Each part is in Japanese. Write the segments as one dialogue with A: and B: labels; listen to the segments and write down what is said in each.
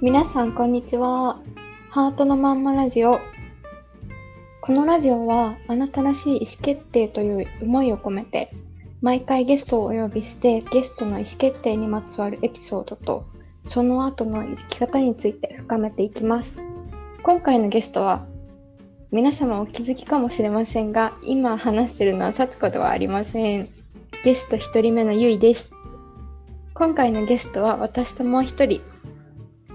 A: 皆さんこんにちはハートのまんまラジオこのラジオはあなたらしい意思決定という思いを込めて毎回ゲストをお呼びしてゲストの意思決定にまつわるエピソードとその後の生き方について深めていきます今回のゲストは皆様お気づきかもしれませんが今話してるのは幸子ではありませんゲスト1人目のゆいです今回のゲストは私ともう1人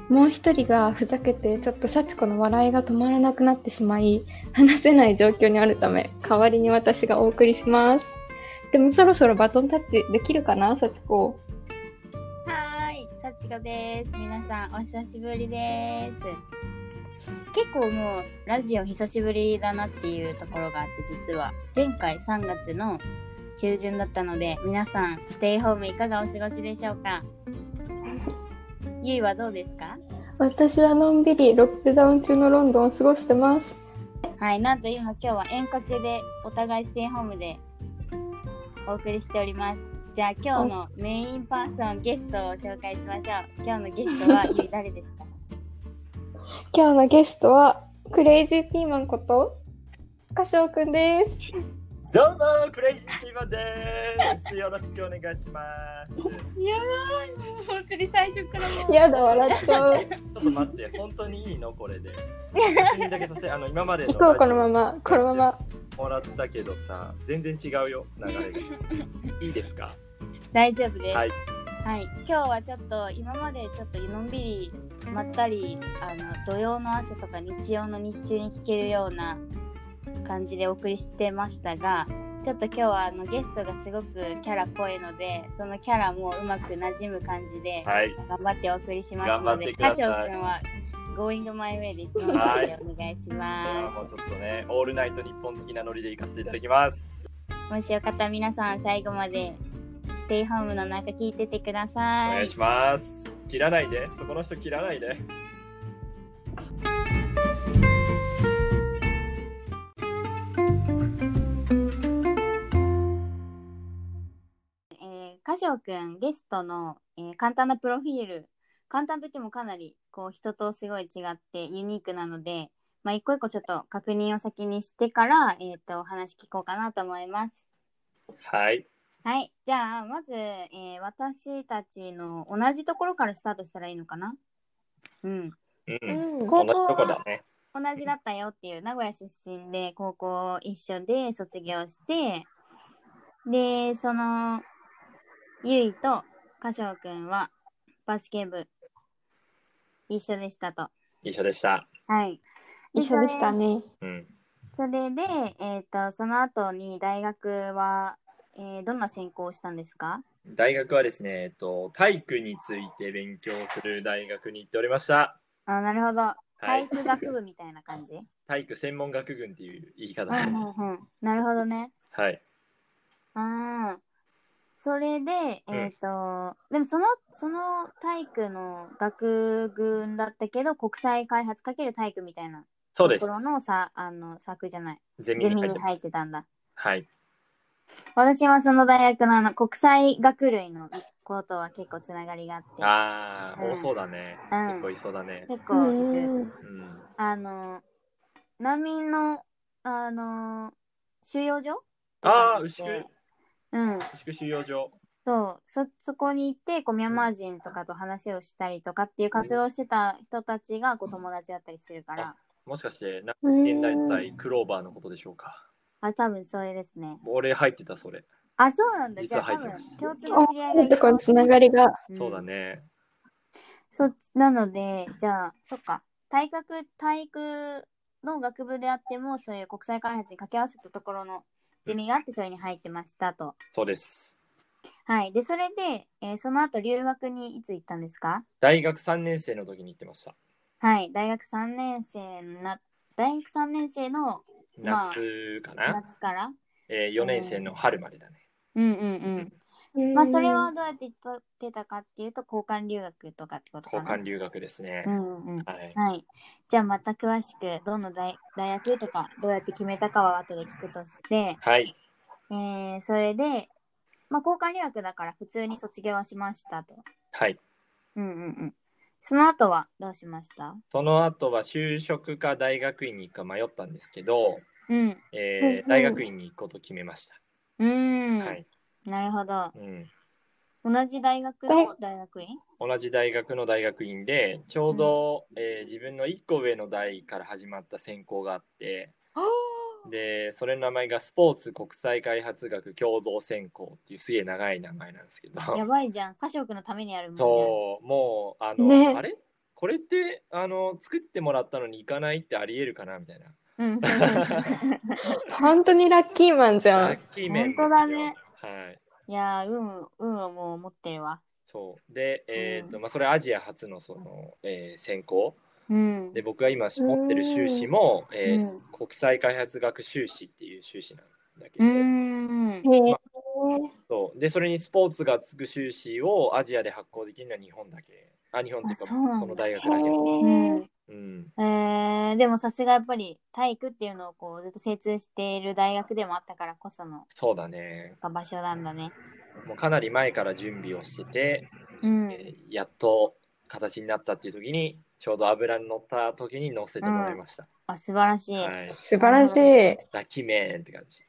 A: もう1人がふざけてちょっと幸子の笑いが止まらなくなってしまい話せない状況にあるため代わりに私がお送りしますでもそろそろバトンタッチできるかな幸子
B: はーい、さちこです。皆さん、お久しぶりです。結構もう、ラジオ久しぶりだなっていうところがあって、実は。前回3月の中旬だったので、皆さん、ステイホームいかがお過ごしでしょうかゆいはどうですか
A: 私はのんびりロックダウン中のロンドンを過ごしてます
B: はい、なんと今今日は遠隔で、お互いステイホームでお送りしております。じゃあ今日のメインパーソンゲストを紹介しましょう。今日のゲストはゆい誰ですか
A: 今日のゲストはクレイジーピーマンこと歌唱くんです
C: どうもクレイジーピーマンです。よろしくお願いします。ちょ
B: やばい、もう本当に最初からもう。
A: やだ笑っちゃう
C: っと待って、本当にいいのこ れで。確認だけさせ、あの今まで
A: 行
C: の
A: こうこのままこのまま
C: もらったけどさ、全然違うよ流れが。いいですか。
B: 大丈夫です。は、
C: はいい。
B: 今日はちょっと今までちょっとのんびりまったりあの土曜の朝とか日曜の日中に聞けるような感じでお送りしてましたが、ちょっと今日はあのゲストがすごくキャラ濃いので、そのキャラもうまく馴染む感じで
C: はい。
B: 頑張ってお送りしますので、
C: 頑張
B: 歌
C: ってください
B: 唱くんは Going My Way でいつも通りお願いし
C: ではも
B: ま
C: うちょっとね、オールナイト日本的なノリで行かせていただきます。
B: す。もしよかったら皆さん最後までステイホームの中聞いててくだ
C: お
B: さ
C: 願いします。切らないで、そこの人切らないで。
B: えー、かしょうくん、ゲストの、えー簡単なプロフィール、簡単といってもかなり、こう、人とすごい違ってユニークなので、まあ、一個一個ちょっと確認を先にしてから、えっ、と、お話聞こうかなと思います。
C: はい。
B: はい。じゃあ、まず、えー私たちの同じところからスタートしたらいいのかなうん。
C: うん。
A: うん
C: 同
B: こ
C: じとこだね。
B: 同じだったよっていう、名古屋出身で、高校一緒で卒業して、で、その、ゆいと、かしょうくんは、バスケ部、一緒でしたと。
C: 一緒でした。
B: はい。
A: 一緒でしたね
C: うん。
B: それで、えっ、と、その後に大学は、えーどんな専攻をしたんですか
C: 大学はですね、えっと、体育について勉強する大学に行っておりました。
B: あ、なるほど。
C: は
B: 体
C: い。
B: 育学部みたいな感じ、
C: 体育専門学群っていう言い方
B: はい、
C: で
B: は
C: す
B: い、はい。なるほどね。
C: はい。
B: ああ、それで、
C: うん
B: えっ、と、でもその、その体育の学群だったけど、国際開発かける体育みたいな
C: そ
B: と
C: うです
B: こ。ろのさ、あの、作じゃない、
C: ゼミ
B: ゼミ
C: に入っ
B: に
C: て
B: 入ってたんだ。
C: はい。
B: 私はその大学のあの、国際学類のことは結構つながりがあっ
C: ああ、
B: うん
C: 多そうだね。
B: うん
C: 結構いそうだね
B: て、。結
A: う
B: 構いる、
A: ん
C: うん。
B: あの、難民の、あの、収容所
C: ああ、
B: と
C: 牛
B: かに行っ
C: 久
B: て、うん。
C: 牛久収容所。
B: そう、そ、そこに行って、こう、ミャンマー人とかと話をしたりとかっていう活動をしてた人たちが、こう、友達だったりするから、
C: もしかして、な
A: うん
C: 現代対クローバーのことでしょうか。
B: あ、多分それですね。
C: 俺入ってた、それ。
B: あ、そうなんだ。じ
C: 実
B: ゃ
C: は
B: あ多
C: 入って
B: 分
C: まし、た
B: 共通の知り合いが
A: ちょ
B: い
A: っとこのつながりが
B: る
C: そうだ。ね。
B: んそ、なので、じゃあ、そっか。体格、体育の学部であっても、そういう国際開発に掛け合わせたところのゼミがあって、それに入ってましたと。
C: そうです。
B: はい。で、それで、えーその後、留学にいつ行ったんですか
C: 大学3年生の時に行ってました。
B: はい。大学3年生な、大学3年生のまあ
C: 夏かな、
B: 夏から
C: えー、?4 年生の春までだね。
B: うんうんうん。まあそれはどうやって行ってたかっていうと交換留学とかってことか
C: 交
B: な。
C: 換留学ですね
B: う。んうんうん。
C: はい。
B: はい。じゃあまた詳しくどの大大学とかどうやって決めたかは後で聞くとして、
C: はい。
B: えー、それで、まあ、交換留学だから普通に卒業はしましたと。
C: はい。
B: うんうんうん。その後はどうしました
C: その後は就職か大学院に行くか迷ったんですけど、
B: うん。
C: え
A: うんうん
C: ー大学院に行くことを決めました。
B: うん。
C: はい、
B: なるほど。
C: うん。
B: 同じ大学の大学院
C: 同じ大学の大学院で、ちょうど、えー自分の1個上の代から始まった専攻があって、で、それの名前がスポーツ国際開発学共同専攻っていうすげえ長い名前なんですけど、
B: やばいじゃん。過食のためにやるもんじゃん。
C: そう、もう、あの、
A: ね
C: あれこれって、あの、作ってもらったのに行かないってありえるかなみたいな。
B: うん。
A: 本当にラッキーマンじゃ
C: ラ
A: ん
C: ッ。キー面です
B: 本
C: よ
B: 当だね。
C: はい。
B: いやー、運、運をもう持ってるわ。
C: そう。で、えっ、と、まあ、それアジア初のその、えー専攻。
B: うん
C: で、。僕が今持ってる修士も、えー
B: うん
C: 国際開発学修士っていう修士なんだけ
B: う
C: ど、
B: ん。
A: へえ
C: まそう。で、それにスポーツがつく修士をアジアで発行できるのは日本だけ。あ、日本っていうか、
B: あそうなんだ
C: この大学だけ。
A: へ
B: う
A: え
B: ん。
C: うん。
B: えー、でもさすがやっぱり体育っていうのをこうずっと精通している大学でもあったからこその
C: そうだね。
B: 場所なんだね。
C: もうかなり前から準備をしてて、
B: うん。
C: えーやっと形になったっていう時にちょうど油に乗った時に乗せてもらいました、
B: あ素晴らしい。
C: はい
A: 素晴らしい。
C: ラッキーメンって感じ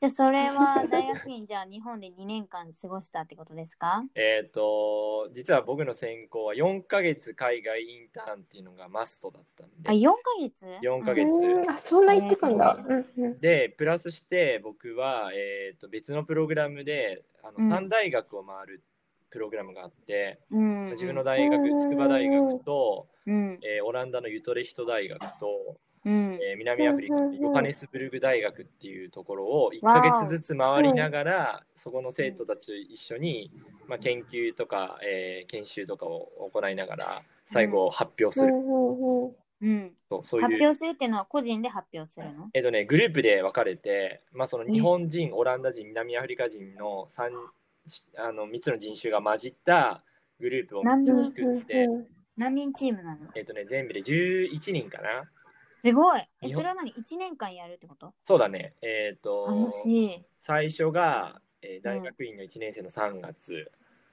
B: でそれは大学院じゃあ日本で2年間過ごしたってことです か
C: えっ、と実は僕の専攻は4ヶ月海外インターンっていうのがマストだったん
B: あ
C: で
B: 4ヶ月
C: 4ヶ月
A: うんあ、そんな言ってたんだ。うんうん。
C: でプラスして僕は、えー、と別のプログラムであ
B: うん
C: の3大学を回るプログラムがあって、
B: うんうん、
C: 自分の大学筑波大学と、
B: うん
C: えーオランダのユトレヒト大学と
B: うん
C: えー南アフリカ
A: うんう
C: の
A: んうん
C: ヨハネスブルグ大学っていうところを1ヶ月ずつ回りながらそこの生徒たちと一緒に、まあ、研究とか、えー研修とかを行いながら最後発表す
A: う
C: る、
A: んうんうん
B: うん、
C: とそう
B: 発
C: いう、
B: 表するっていうのは個人で発表するの
C: えーとね、グループで分かれて、まあ、その日本人オランダ人南アフリカ人の 3, あの3つの人種が混じったグループを3つ作って、
B: 何人チームなの
C: えーとね、全部で11人かな
B: すごいえ
C: 日
B: そ
C: 本
B: れは何1年間やるってこと
C: そうだねえっ、と
B: 楽しい。
C: 最初が、えー大学院の1年生の3月、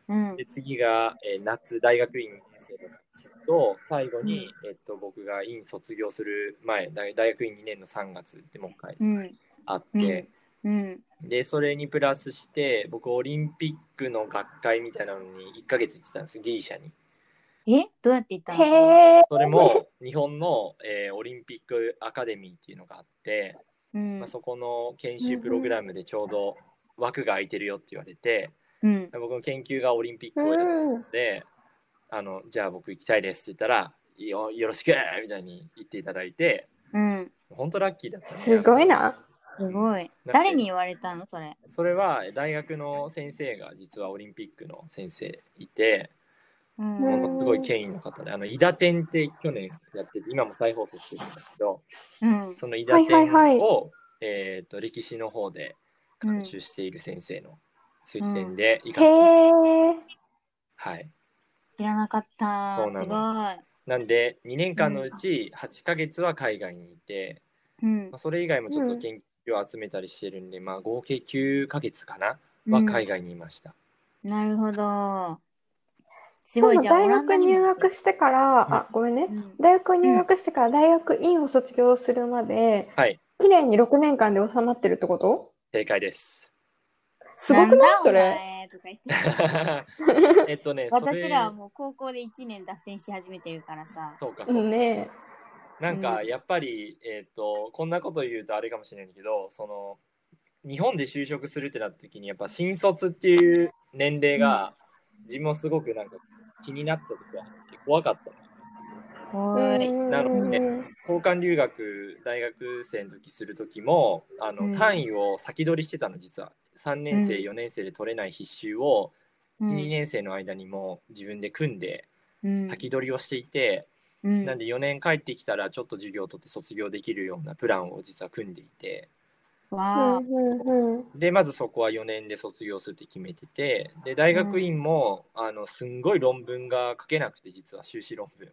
B: うん
C: で、次が、えー夏、大学院生の夏と、最後に、えっと、僕が院卒業する前、大大学院2年の3月ってもう一回
B: うん
C: あっ
B: う
C: て
B: ん、うん
C: で、それにプラスして、僕、オリンピックの学会みたいなのに1ヶ月行ってたんです、ギリシャに。
B: えどうやって行ったの
A: へえ。
C: それも、日本の、えーオリンピックアカデミーっていうのがあって、
B: うん
C: まあ、そこの研修プログラムでちょうど枠が空いてるよって言われて、
B: うん
C: 僕の研究がオリンピックをやって
A: うん。
C: で、あの、じゃあ僕行きたいですって言ったら、いいよよろしくみたいに言っていただいて、
B: うん
C: 本当ラッキーだった、ね。
A: すごい。な。
B: すごい
C: て
B: 誰に言われたのそれ
C: それは大学の先生が実はオリンピックの先生いて、
B: うん
A: う
C: も
A: ん
C: のすごい権威の方で、あの、伊田天って去年やってて、今も再放送してるんだけど、
B: うん
C: その伊田天を、
A: はいはい
C: えっ、と、歴史の方で
B: うん
C: 監修している先生の推薦で行かせて、
A: へえ。
C: はい。
B: 知らなかった
C: そう
B: す
C: な
B: ご
C: なんで、2年間のうち8ヶ月は海外にいて、
B: いうん
C: まあ、それ以外もちょっ
A: う
C: と
A: ん
C: 研究を集めたりしてるんで、まあ、合計9ヶ月かな
B: う
C: は
B: ん
C: 海外にいました。
B: なるほどす
A: で
B: ごい
A: も
B: じゃあ
A: 大
B: オランダ
A: 学
B: に
A: 入
B: も
A: 学してから、あ、ごめんね。大学入学してから大学院を卒業するまで、
C: はい、
A: 綺麗に6年間で収まってるってこと
C: 正解です。
A: すごくないそ
B: なんだお
A: れ。
B: 前とか言って
C: えっとね、そ
B: 私
C: れ
B: らはもう高校で1年脱線し始めてるからさ
C: そうかそううか、
A: んね
C: なんかやっぱり、えっとこんなこと言うとあれかもしれないけど、その日本で就職するってなった時にやっぱ新卒っていう年齢が、自分もすごくなんか気になった時は怖かったの。
B: お
A: う
B: ーい
A: ん
C: なるほどね
A: うん
C: 交換留学大学生の時する時もあの、
B: うん
C: 単位を先取りしてたの実は3年生
B: うん
C: 4年生で取れない必修を、
B: うん
C: 1 2年生の間にも自分で組んで
B: うん
C: 先取りをしていて、
B: うん
C: なんで4年帰ってきたらちょっと授業を取って卒業できるようなプランを実は組んでいて
B: わあ
A: うんうん
C: でまずそこは4年で卒業するって決めててで大学院も、あのすんごい論文が書けなくて実は修士論文。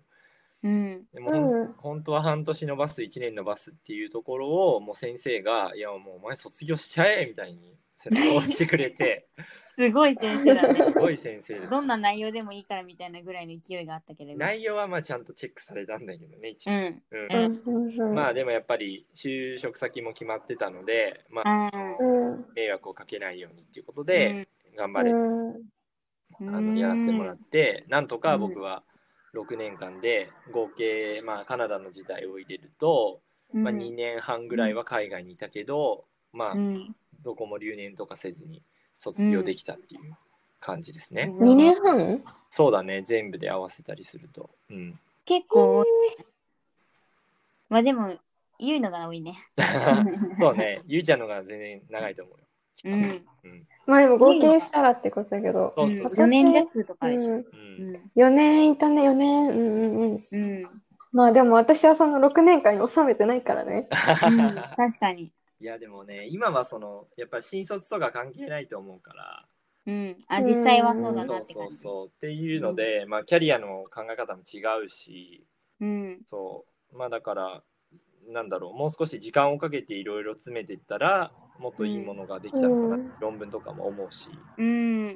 B: うん
C: でも
A: う
C: ほん
A: んうん
C: 本当は半年延ばす1年延ばすっていうと ころをもう先生が「いやもうお前卒業しちゃえ」みたいに説をしてくれて
B: すすごい先生だね
C: す。ごい先生です。
B: どんな内容でもいいからみたいなぐらいの勢いがあったけれど。
C: 内容はまあちゃんとチェックされたんだけどね、一
B: う
C: 応。
B: ん。
C: うん
A: うんうんうん
C: まあでもやっぱり就職先も決まってたので、まあ、
B: あ。
A: うん
C: 迷惑をかけないようにっていうことで、頑張れ、
A: うん
C: あのやらせてもらってて、なんとか僕は6年間で合計、まあ、カナダの時代を入れると、
B: うん
C: まあ、2年半ぐらいは海外にいたけど、まあ
B: うん
C: どこも留年とかせずに卒業できたっていう感じですね。
A: 2年半
C: そうだね全部で合わせたりすると。うん、
B: 結構、まあでも、言うのが多いね。
C: そうねゆいちゃんのが全然長いと思うよ。
B: うん。
C: うん
A: まあでも合計したらってことだけど。
C: そうそう
B: 4年弱とかでしょ。
A: うん
C: うん
A: 4年いたね、4年。うんうんうん。
B: うん。う ん。
A: まあでも私はその6年間に収めてないからね。
B: うん確かに。
C: いやでもね今はそのやっぱり新卒とか関係ないと思うから
B: うん。あ、実際はそうだ
C: そ
B: な
C: う
B: って
C: そ
B: 感
C: う
B: じ。
C: そうっていうので、まあキャリアの考え方も違うし
B: うん。
C: そうまあだからなんだろうもう少し時間をかけていろいろ詰めていったらもっといいものができたのかな、
A: うん
C: 論文とかも思うし、
B: うん。うん
C: う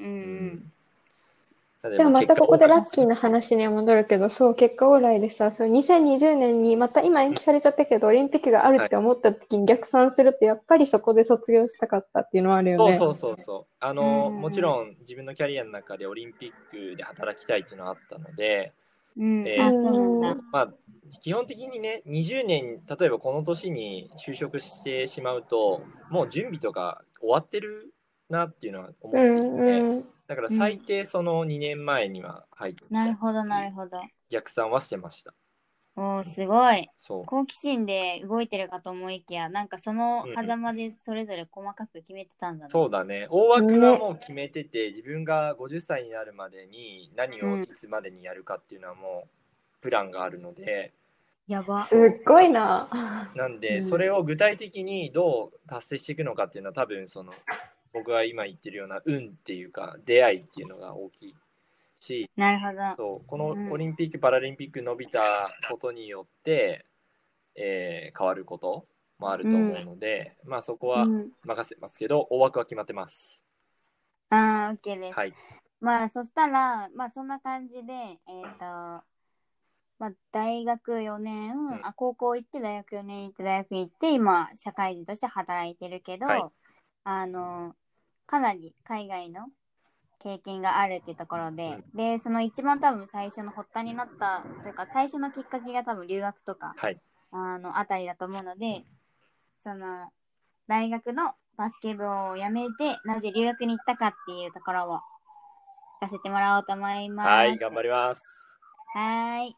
C: ん
A: でもまたここでラッキーな話に戻るけど、そう、結果往来でさ、そう2020年にまた今延期されちゃったけど、オリンピックがあるって思った時に逆算するって、やっぱりそこで卒業したかったっていうのはあるよ
C: そう
A: ね。
C: そうそうそうあの、
B: うん
C: もちろん自分のキャリアの中でオリンピックで働きたいっていうのはあったので、
B: うん。
C: え
B: う
C: ー
B: ん。あ、そうなんだ。
C: まあ、基本的にね20年例えばこの年に就職してしまうともう準備とか終わってるなっていうのは思っていて、
A: んうん。
C: だから最低その2年前には入って、
B: なるほど、なるほど。
C: 逆算はしてました
B: おーすごい。
C: そう
B: 好奇心で動いてるかと思いきや、なんかその狭間でそれぞれ細かく決めてたんだね。
C: そうだね大枠はもう決めてて、自分が50歳になるまでに何をいつまでにやるかっていうのはもうプランがあるので、
B: やば。
A: すっごいな。
C: なん
B: う
C: で
B: ん
C: それを具体的にどう達成していくのかっていうのは多分その僕が今言ってるような運っていうか出会いっていうのが大きいし
B: なるほど。
C: そうこ
B: うん
C: のオリンピック・パラリンピック伸びたことによって、えー変わることもあると思うので、まあそこは
B: うん、
C: 任せますけど大枠は決まってます。
B: ああ、オッケーです。
C: はい、
B: まあそしたら、まあそんな感じで、えっ、と、まあ大学4年、
C: ん
B: あ、高校行って大学4年行って大学行って、今、社会人として働いてるけど、
C: はい
B: あの、かなり海外の経験があるっていうところで、で、その一番多分最初の発端になったというか、最初のきっかけが多分留学とか、
C: はい
B: あの、あたりだと思うので、その、大学のバスケ部を辞めて、なぜ留学に行ったかっていうところを聞かせてもらおうと思います。
C: はい、頑張ります。
B: はーい。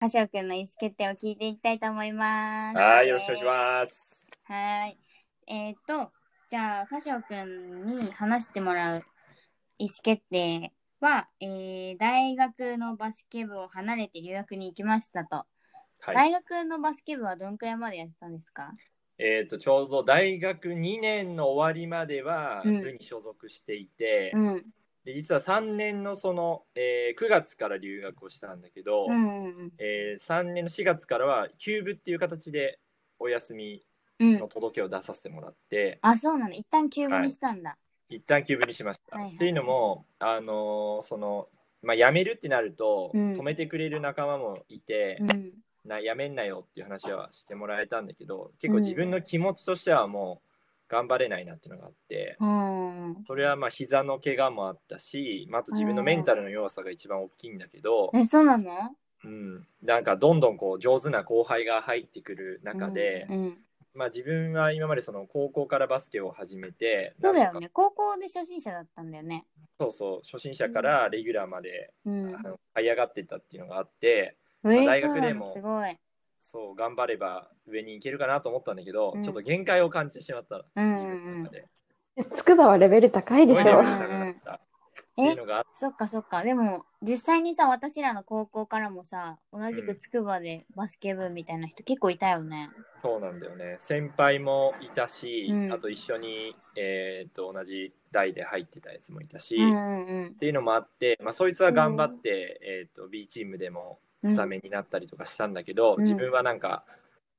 B: カシオくんの意思決定を聞いていきたいと思います。
C: はい、よろしくお願いします。
B: す。はーい。えーっと、じゃあ、カシオくんに話してもらう意思決定は、えー、大学のバスケ部を離れて留学に行きましたと。
C: はい、
B: 大学のバスケ部はどんくらいまでやってたんですか
C: えっ、とちょうど大学2年の終わりまでは
B: うん
C: 部に所属していて、
B: うん。
C: で実は3年のその、えー9月から留学をしたんだけど、
B: うんうん
C: え3年の4月からは休部っていう形でお休み
B: うん。うん
C: の。届けを出させてもらって、
B: あ、そうなの。一旦休部にしたんだ。
C: 一旦休部にしました。
B: はいはい
C: っていうのも、あのーそのまあ、辞めるってなると、
B: うん
C: 止めてくれる仲間もいて、
B: うん。
C: な辞めんなよっていう話はしてもらえたんだけど結構自分の気持ちとしてはもう頑張れないなっていうのがあって。
B: うん。
C: それはまあ膝の怪我もあったし、まあ、あと自分のメンタルの弱さが一番大きいんだけど、
B: え、そうなの
C: うん、なんかどんどんこう上手な後輩が入ってくる中で、
B: うんうん
C: まあ、自分は今までその高校からバスケを始めて
B: そうだ
C: なん
B: よ
C: とか
B: ね。高校で初心者だったんだよね。
C: そうそう初心者からレギュラーまで、
B: うん。
C: あの這い上がってったっていうのがあって
B: えー
C: 大学で
B: そ
C: も
B: うなのすごい。
C: そう頑張れば上に行けるかなと思ったんだけど、
B: うん
C: ちょっと限界を感じてしまった
B: う
C: 自
B: ん
C: 分の
B: うん
C: 中で。
A: 筑波はレベル高いでし
C: すごいレ
A: ょ
C: ベル。高かったって
B: うん。
C: いう
B: え、
C: のがあっ
B: そっかそっか。でも、実際にさ、私らの高校からもさ、同じく筑波でバスケ部みたいな人結構いたよね。
C: そうなんだよね先輩もいたし、
B: うん
C: あと一緒に、えーっと同じ代で入ってたやつもいたし、
B: うん
C: っ
B: うん
C: ていうのもあって、まあ、そいつは頑張って、えーっと B チームでもスタメンになったりとかしたんだけど、
B: うん
C: 自分はなんか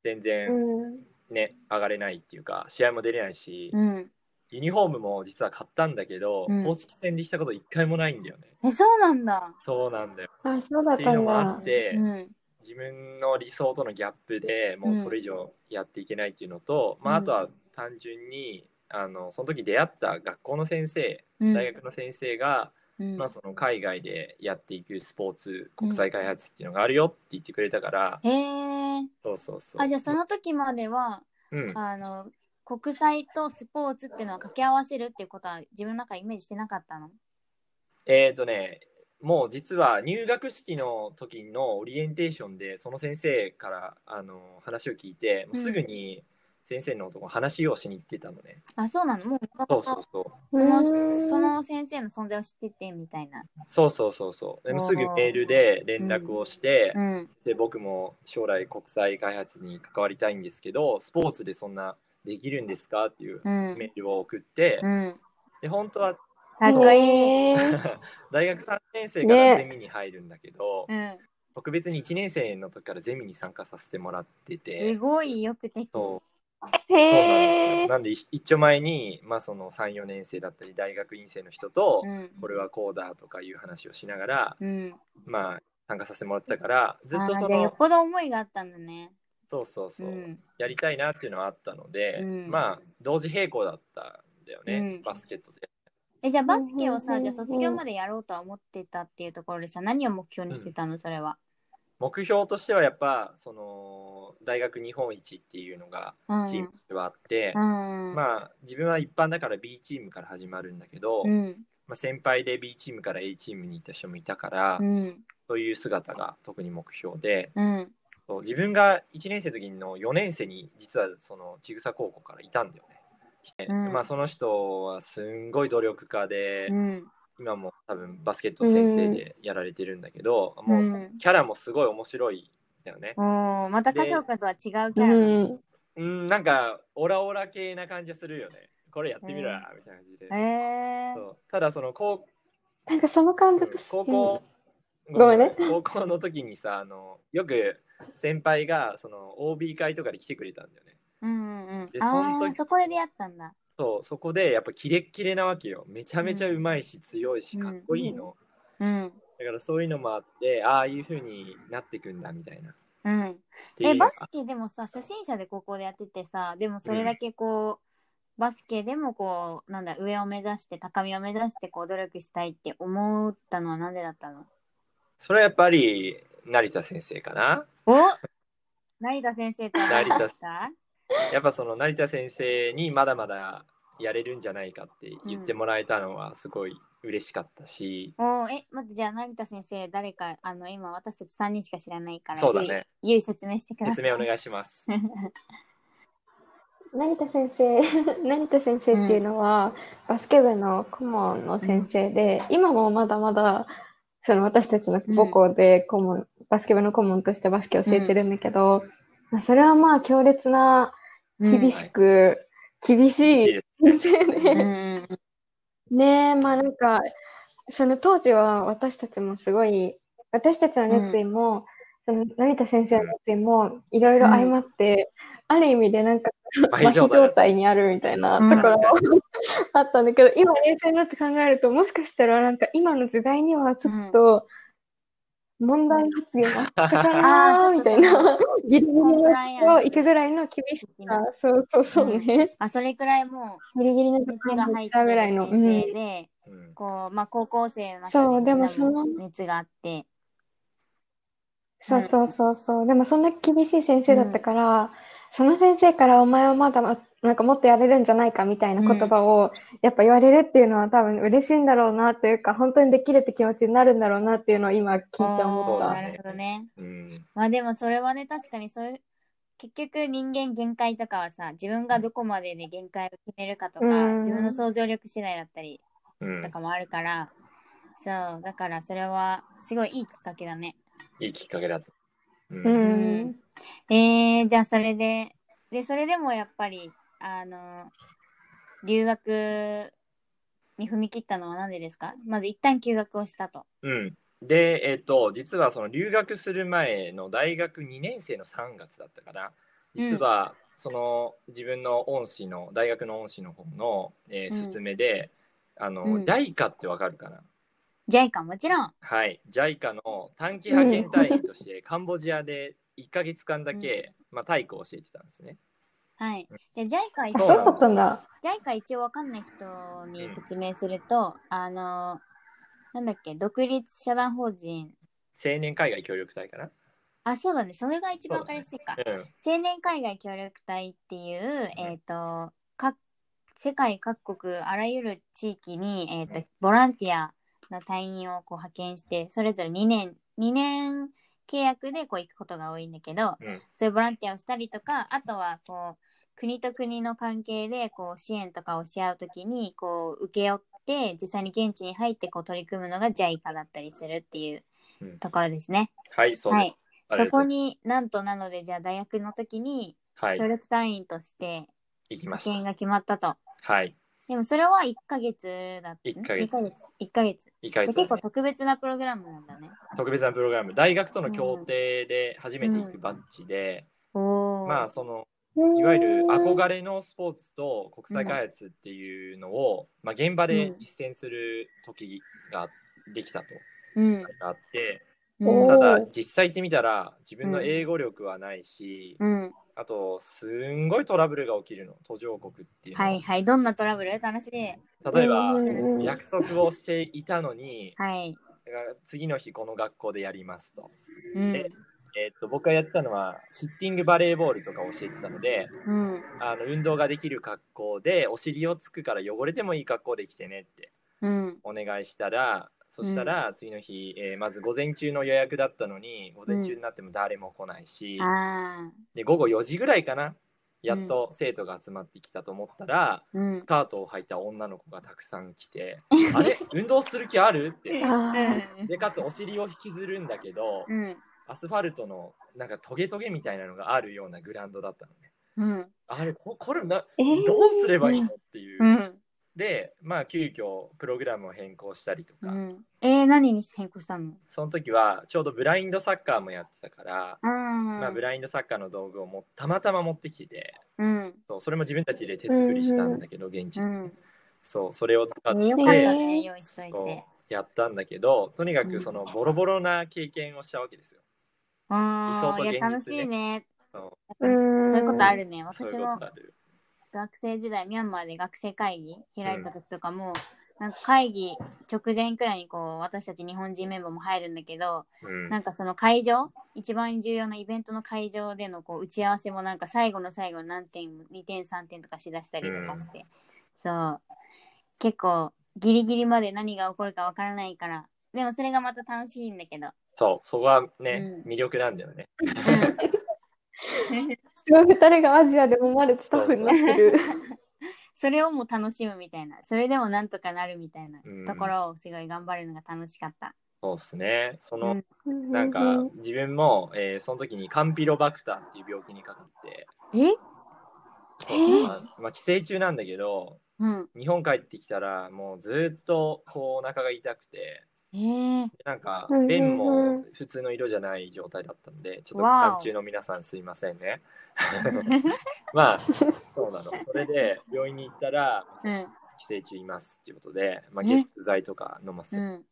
C: 全
A: う
C: 然
A: ん。
C: ね、上がれないっていうか、試合も出れないし、
B: うん。
C: ユニフォームも実は買ったんだけど、
B: うん
C: 公式戦で着たこと一回もないんだよね。
B: え、そうなんだ。
C: そうなんだよ。
A: あ、そうだっ
C: っていう
A: た
C: の
A: ん
C: もあ
A: だ
C: っ。て、
B: うん。
C: 自分の理想とのギャップでもうそれ以上やっていけないっていうのと、まあ、
B: う
C: あ
B: ん
C: とは単純にあのその時出会った学校の先生
B: うん
C: 大学の先生が、
B: うん
C: まあ、その海外でやっていくスポーツ国際開発っていうのがあるよって言ってくれたから、
B: へえ。
C: そうそうそう
B: あ、じゃあその時までは、
C: うん、
B: あの、国際とスポーツっていうのは掛け合わせるっていうことは自分の中イメージしてなかったの
C: えっ、とねもう実は入学式の時のオリエンテーションでその先生からあの話を聞いてもうすぐに先生の男話をしに行ってたのね、
B: あ、そうなのもう元
C: そう
B: 々
C: そうそう
B: その
A: うん
B: そ、の先生の存在を知っててみたいな。
C: そうそうそうそう。でも
B: おー
C: すぐメールで連絡をして、
B: うん。
C: で僕も将来国際開発に関わりたいんですけど、スポーツでそんなできるんですかっていう
B: うん
C: メ。ールを送って、
B: うん。
C: で本当は
B: かっこいい。
A: へー
C: 大学3年生からゼミに入るんだけど、
B: うん。
C: 特別に1年生の時からゼミに参加させてもらって
B: す
C: て、
B: ごいよくでき
C: そうそうなんです
A: へ
C: よ。
A: ー
C: なんで一一丁前に、まあ、その3、4年生だったり大学院生の人と、
B: うん。
C: これはこうだとかいう話をしながら、
B: うん。
C: まあ、参加させてもらってたから、ずっと
B: あー
C: そ
B: じゃあよ
C: の
B: っ、ぽど思いがあったんだね。
C: そうそうそう、
B: ん。
C: やりたいなっていうのはあったので、
B: うん
C: まあ同時並行だったんだよね、
B: うん
C: バスケットで
B: え、じゃあバスケを
A: うん
B: さ、
A: うん
B: じ
A: う
B: ゃあ
A: ん
B: 卒業までやろうとは思ってたっていうところでさ、何を目標にしてたのそれは。
C: 目標としてはやっぱその大学日本一っていうのが
B: うん。
C: チームではあって、
B: うん。あ、
C: まあ自分は一般だから B チームから始まるんだけど、
B: うん。
C: まあ、先輩で B チームから A チームに行った人もいたから、
B: うん。
C: そういう姿が特に目標で
B: うん。
C: そう自分が1年生の時の4年生に実はその千草高校からいたんだよね。
B: うん
C: まあその人はすんごい努力家で、
B: うん。
C: 今も多分バスケット先生でやられてるんだけど、
B: う。
C: もうんキャラもすごい面白いんだよね。
B: おーまた歌唱歌とは違うキャラ。
A: うん。
C: うん、なんかオラオラ系な感じがするよね。これやってみろよみたいな感じで。
B: えー、
C: そうただその高
A: なんかその感じ
C: 高校、
A: ごめんね
C: 高校の時にさあのよく先輩がその OB 会とかで来てくれたんだよね。
B: うんうんう
C: で
B: ん。あ
C: その
B: あ、
C: 時
B: そこで出会ったんだ。
C: そうそこでやっぱキレッキレなわけよ。めちゃめちゃうまいし、強いしかっこいいの。
B: うん。
C: だからそういうのもあってああいう風になってくんだみたいな。っ
B: うん。
C: ていう
B: え、
C: のが
B: バスケでもさ、初心者で高校でやっててさ、でもそれだけこう、バスケでもこう、なんだ、上を目指して、高みを目指して、こう、努力したいって思ったのはなんでだったの
C: それはやっぱり成田先生かな
B: お成田先生とは何ですか
C: やっぱその成田先生にまだまだやれるんじゃないかって言ってもらえたのはすごい嬉しかったし、
B: おーえ、待って、じゃあ成田先生、誰か、あの、今私たち3人しか知らないから、
C: そうだね
B: ゆい、ゆい説明してくださ
C: 説
B: い。
C: 明お願いします。
A: 成田先生 成田先生っていうのは、バスケ部の顧問の先生で、今もまだまだその私たちの母校で顧問、バスケ部の顧問としてバスケ教えてるんだけど、まあ、それはまあ強烈な
B: うん
A: 厳しく、厳しい先生で、
B: うんうん
A: ねえ、まあなんか、その当時は私たちもすごい、私たちの熱意も、その成田先生の熱意もいろいろ相まって、ある意味でなんか 麻
C: 麻
A: 痺
C: 痺状
A: 状
C: 態
A: 態にあるみたいな
B: うん
A: ところもあったんだけど、今冷静になって考えると、もしかしたらなんか今の時代にはちょっと問題発言があったか な
B: う
A: ー
B: ん
A: みたいな、ギリギリ
B: コンプ
A: の
B: ライ
A: とこ
B: ア
A: ろ
B: ンス
A: 行くぐらいの厳し
B: 的
A: さ
B: な、
A: そうそうそうね、
B: あ、それくらいも
A: ギリギリの
B: う、
A: とこ
B: 熱
A: ろに
B: が
A: 行
B: 入
A: っ
B: っ
A: ちゃうぐら
B: て
A: い
B: る
A: の。
B: 先
A: うん
B: 生で、
C: うん
B: こう、まあ、高校生の中
A: そう
B: み
A: で
B: ん
A: も
B: な
A: その
B: 熱があって、
A: そうそうそうそう。でもそんな厳しい先生だったから、その先生からお前はまだま、なんかもっとやれるんじゃないかみたいな言葉を、やっぱ言われるっていうのは多分嬉しいんだろうなというか、本当にできるって気持ちになるんだろうなっていうのを今聞いて思
B: お
A: っ
B: ー
A: た。
B: なるほどね。
C: うん
B: まあでもそれはね、確かにそういう、結局人間限界とかはさ、自分がどこまでで限界を決めるかとか、
A: うん
B: 自分の想像力次第だったり
C: うん
B: とかもあるから、そう、だからそれはすごいいいきっかけだね。
C: いいきっかけだった。う
A: うんん。
B: えー、じゃあそれで、で、それでもやっぱり、あの、留学に踏み切ったのは何でですかまず一旦休学をしたと。
C: うんで、えっと実はその留学する前の大学2年生の3月だったかな実は、その自分の恩師の大学の恩師の方の、え
B: うん
C: ー、勧めで、あの、
B: うん
C: JICA ってわかるかな
B: ジャイカもちろん。
C: はい、JICA の短期派遣隊員として、 カンボジアで1か月間だけ、まあ、体育を教えてたんですね。
B: はい。で、ジャイカ一
A: あ、
B: 応、
C: そ
A: そうう
C: なん
A: だ
C: です
A: ったんだ。
B: ジャイカ一応わかんない人に説明すると、あの、なんだっけ、独立社団法人。
C: 青年海外協力隊かな、
B: あ、そうだね。それが一番わかりやすいか。
C: うん、
B: 青年海外協力隊っていう、
C: うん
B: えっ、と、各世界各国、あらゆる地域に、えっ、
C: う
B: と、ボランティアの隊員をこう派遣して、それぞれ2年、2年契約でこう行くことが多いんだけど、
C: うん
B: そういうボランティアをしたりとか、あとはこう、国と国の関係でこう支援とかをし合うときに、こう、請け負って、実際に現地に入ってこう取り組むのが JICA だったりするっていうところですね。
C: はい、そうです
B: はい。
C: あ
B: そ
C: りがとう
B: こになんとなのでじゃあ大学の時に
C: はい
B: 協、力隊員として
C: 行きま
B: 派
C: し
B: 遣が決まったと。
C: た。はい、
B: でもそれは1ヶ月だった、ね。
C: 一ヶ月
B: 2ヶ月。1ヶ月。
C: 一
B: で
C: 回
B: 結構特別なプログラムなんだね。
C: 特別なプログラム、大学との協定で初めて行くバッジで、
B: おお。
C: まあ、その、
A: い
C: いわゆる憧れのスポーツと国際開発っていうのを、まあ、現場で実践する時ができたと、
B: うん。
C: あって
B: うん。
C: た
A: お
C: だ
A: ー
C: 実際行ってみたら自分
B: う
C: の
B: ん
C: 英語力はないし、
B: うん。
C: あとすんごいトラブルが起きるの途上国っていうのは
B: はいはい。どんなトラブル楽しい。
C: 例えば、
A: うんうんうん
C: 約束をしていたのに
B: はい。
C: だから次の日この学校でやりますと,、
B: うん
C: え。えっと僕がやってたのはシッティングバレーボールとかを教えてたので、
B: うん。
C: あの運動ができる格好でお尻をつくから汚れてもいい格好できてねって
B: うん。
C: お願いしたらそしたら次の日、えーまず午前中の予約だったのに午前中になっても誰も来ないし、
B: ああ。
C: で午後4時ぐらいかなやっと生徒が集まってきたと思ったら、
B: うん
C: スカートを履いた女の子がたくさん 来て「あれ運動する気ある?」って。
A: あー
C: でかつお尻を引きずるんだけど、
B: うん。
C: アスファルトのなんかトゲトゲみたいなのがあるようなグラウンドだったのね。
B: うん。
C: あれここれな
A: えー
C: どうすればいいのっていう。
B: うん。
C: で、まあ、急遽プログラムを変更したりと
B: う
C: か、
B: ん。えー、何に変更したの
C: その時はちょうどブラインドサッカーもやってたから、
B: ああ。
C: まあ、ブラインドサッカーの道具をもたまたま持ってきてて
B: うん。
C: そうそれも自分たちで手作りしたんだけど、現地
B: う
C: で、
B: ん。
C: そうそれを使
B: え
C: って、
B: ー、よかったね。用意しとい
C: そう
B: て。
C: やったんだけどとにか
B: うん
C: くそのボロボロな経験をしたわけですよ。理
B: あ
C: 想
B: あ、
C: と
B: いや、
C: 現
B: 楽し
C: 実ね
B: いね。
C: そ
A: うん
B: そういうことあるね。
C: うそうい
B: 私
C: うこ
B: も
C: とある。
B: 学生時代、ミャンマーで学生会議開いた時とかも、なんか会議直前くらいにこう、私たち日本人メンバーも入るんだけど、
C: うん
B: なんかその会場、一番重要なイベントの会場でのこう打ち合わせもなんか最後の最後に何点、2点、3点とかしだしたりとかして、そう、結構ギリギリまで何が起こるかわからないから、でもそれがまた楽しいんだけど。
C: そうそこはね、
B: う
C: 魅力なんだよね。
A: 二人がアジアで思われスタッフになってる。
B: それをもう楽しむみたいなそれでもなんとかなるみたいな
C: うん
B: ところをすごい頑張るのが楽しかった。
C: そうですね。その、
B: うん
C: なんか自分も、えーその時にカンピロバクターっていう病気にかかって、
B: え
C: そうそうまあまあ寄生虫なんだけど
B: うん。
C: 日本帰ってきたらもうずっとこうお腹が痛くて
B: え ー、
C: なんか
A: うんうんうん
C: 便も普通の色じゃない状態だったのでちょっと
B: わお
C: 期間中の皆さんすいませんねまあそうなのそれで病院に行ったら
B: うん。
C: 寄生虫いますっていうことで、まあ、
B: え
C: 月剤とか飲ませ
B: う
C: て、
B: ん。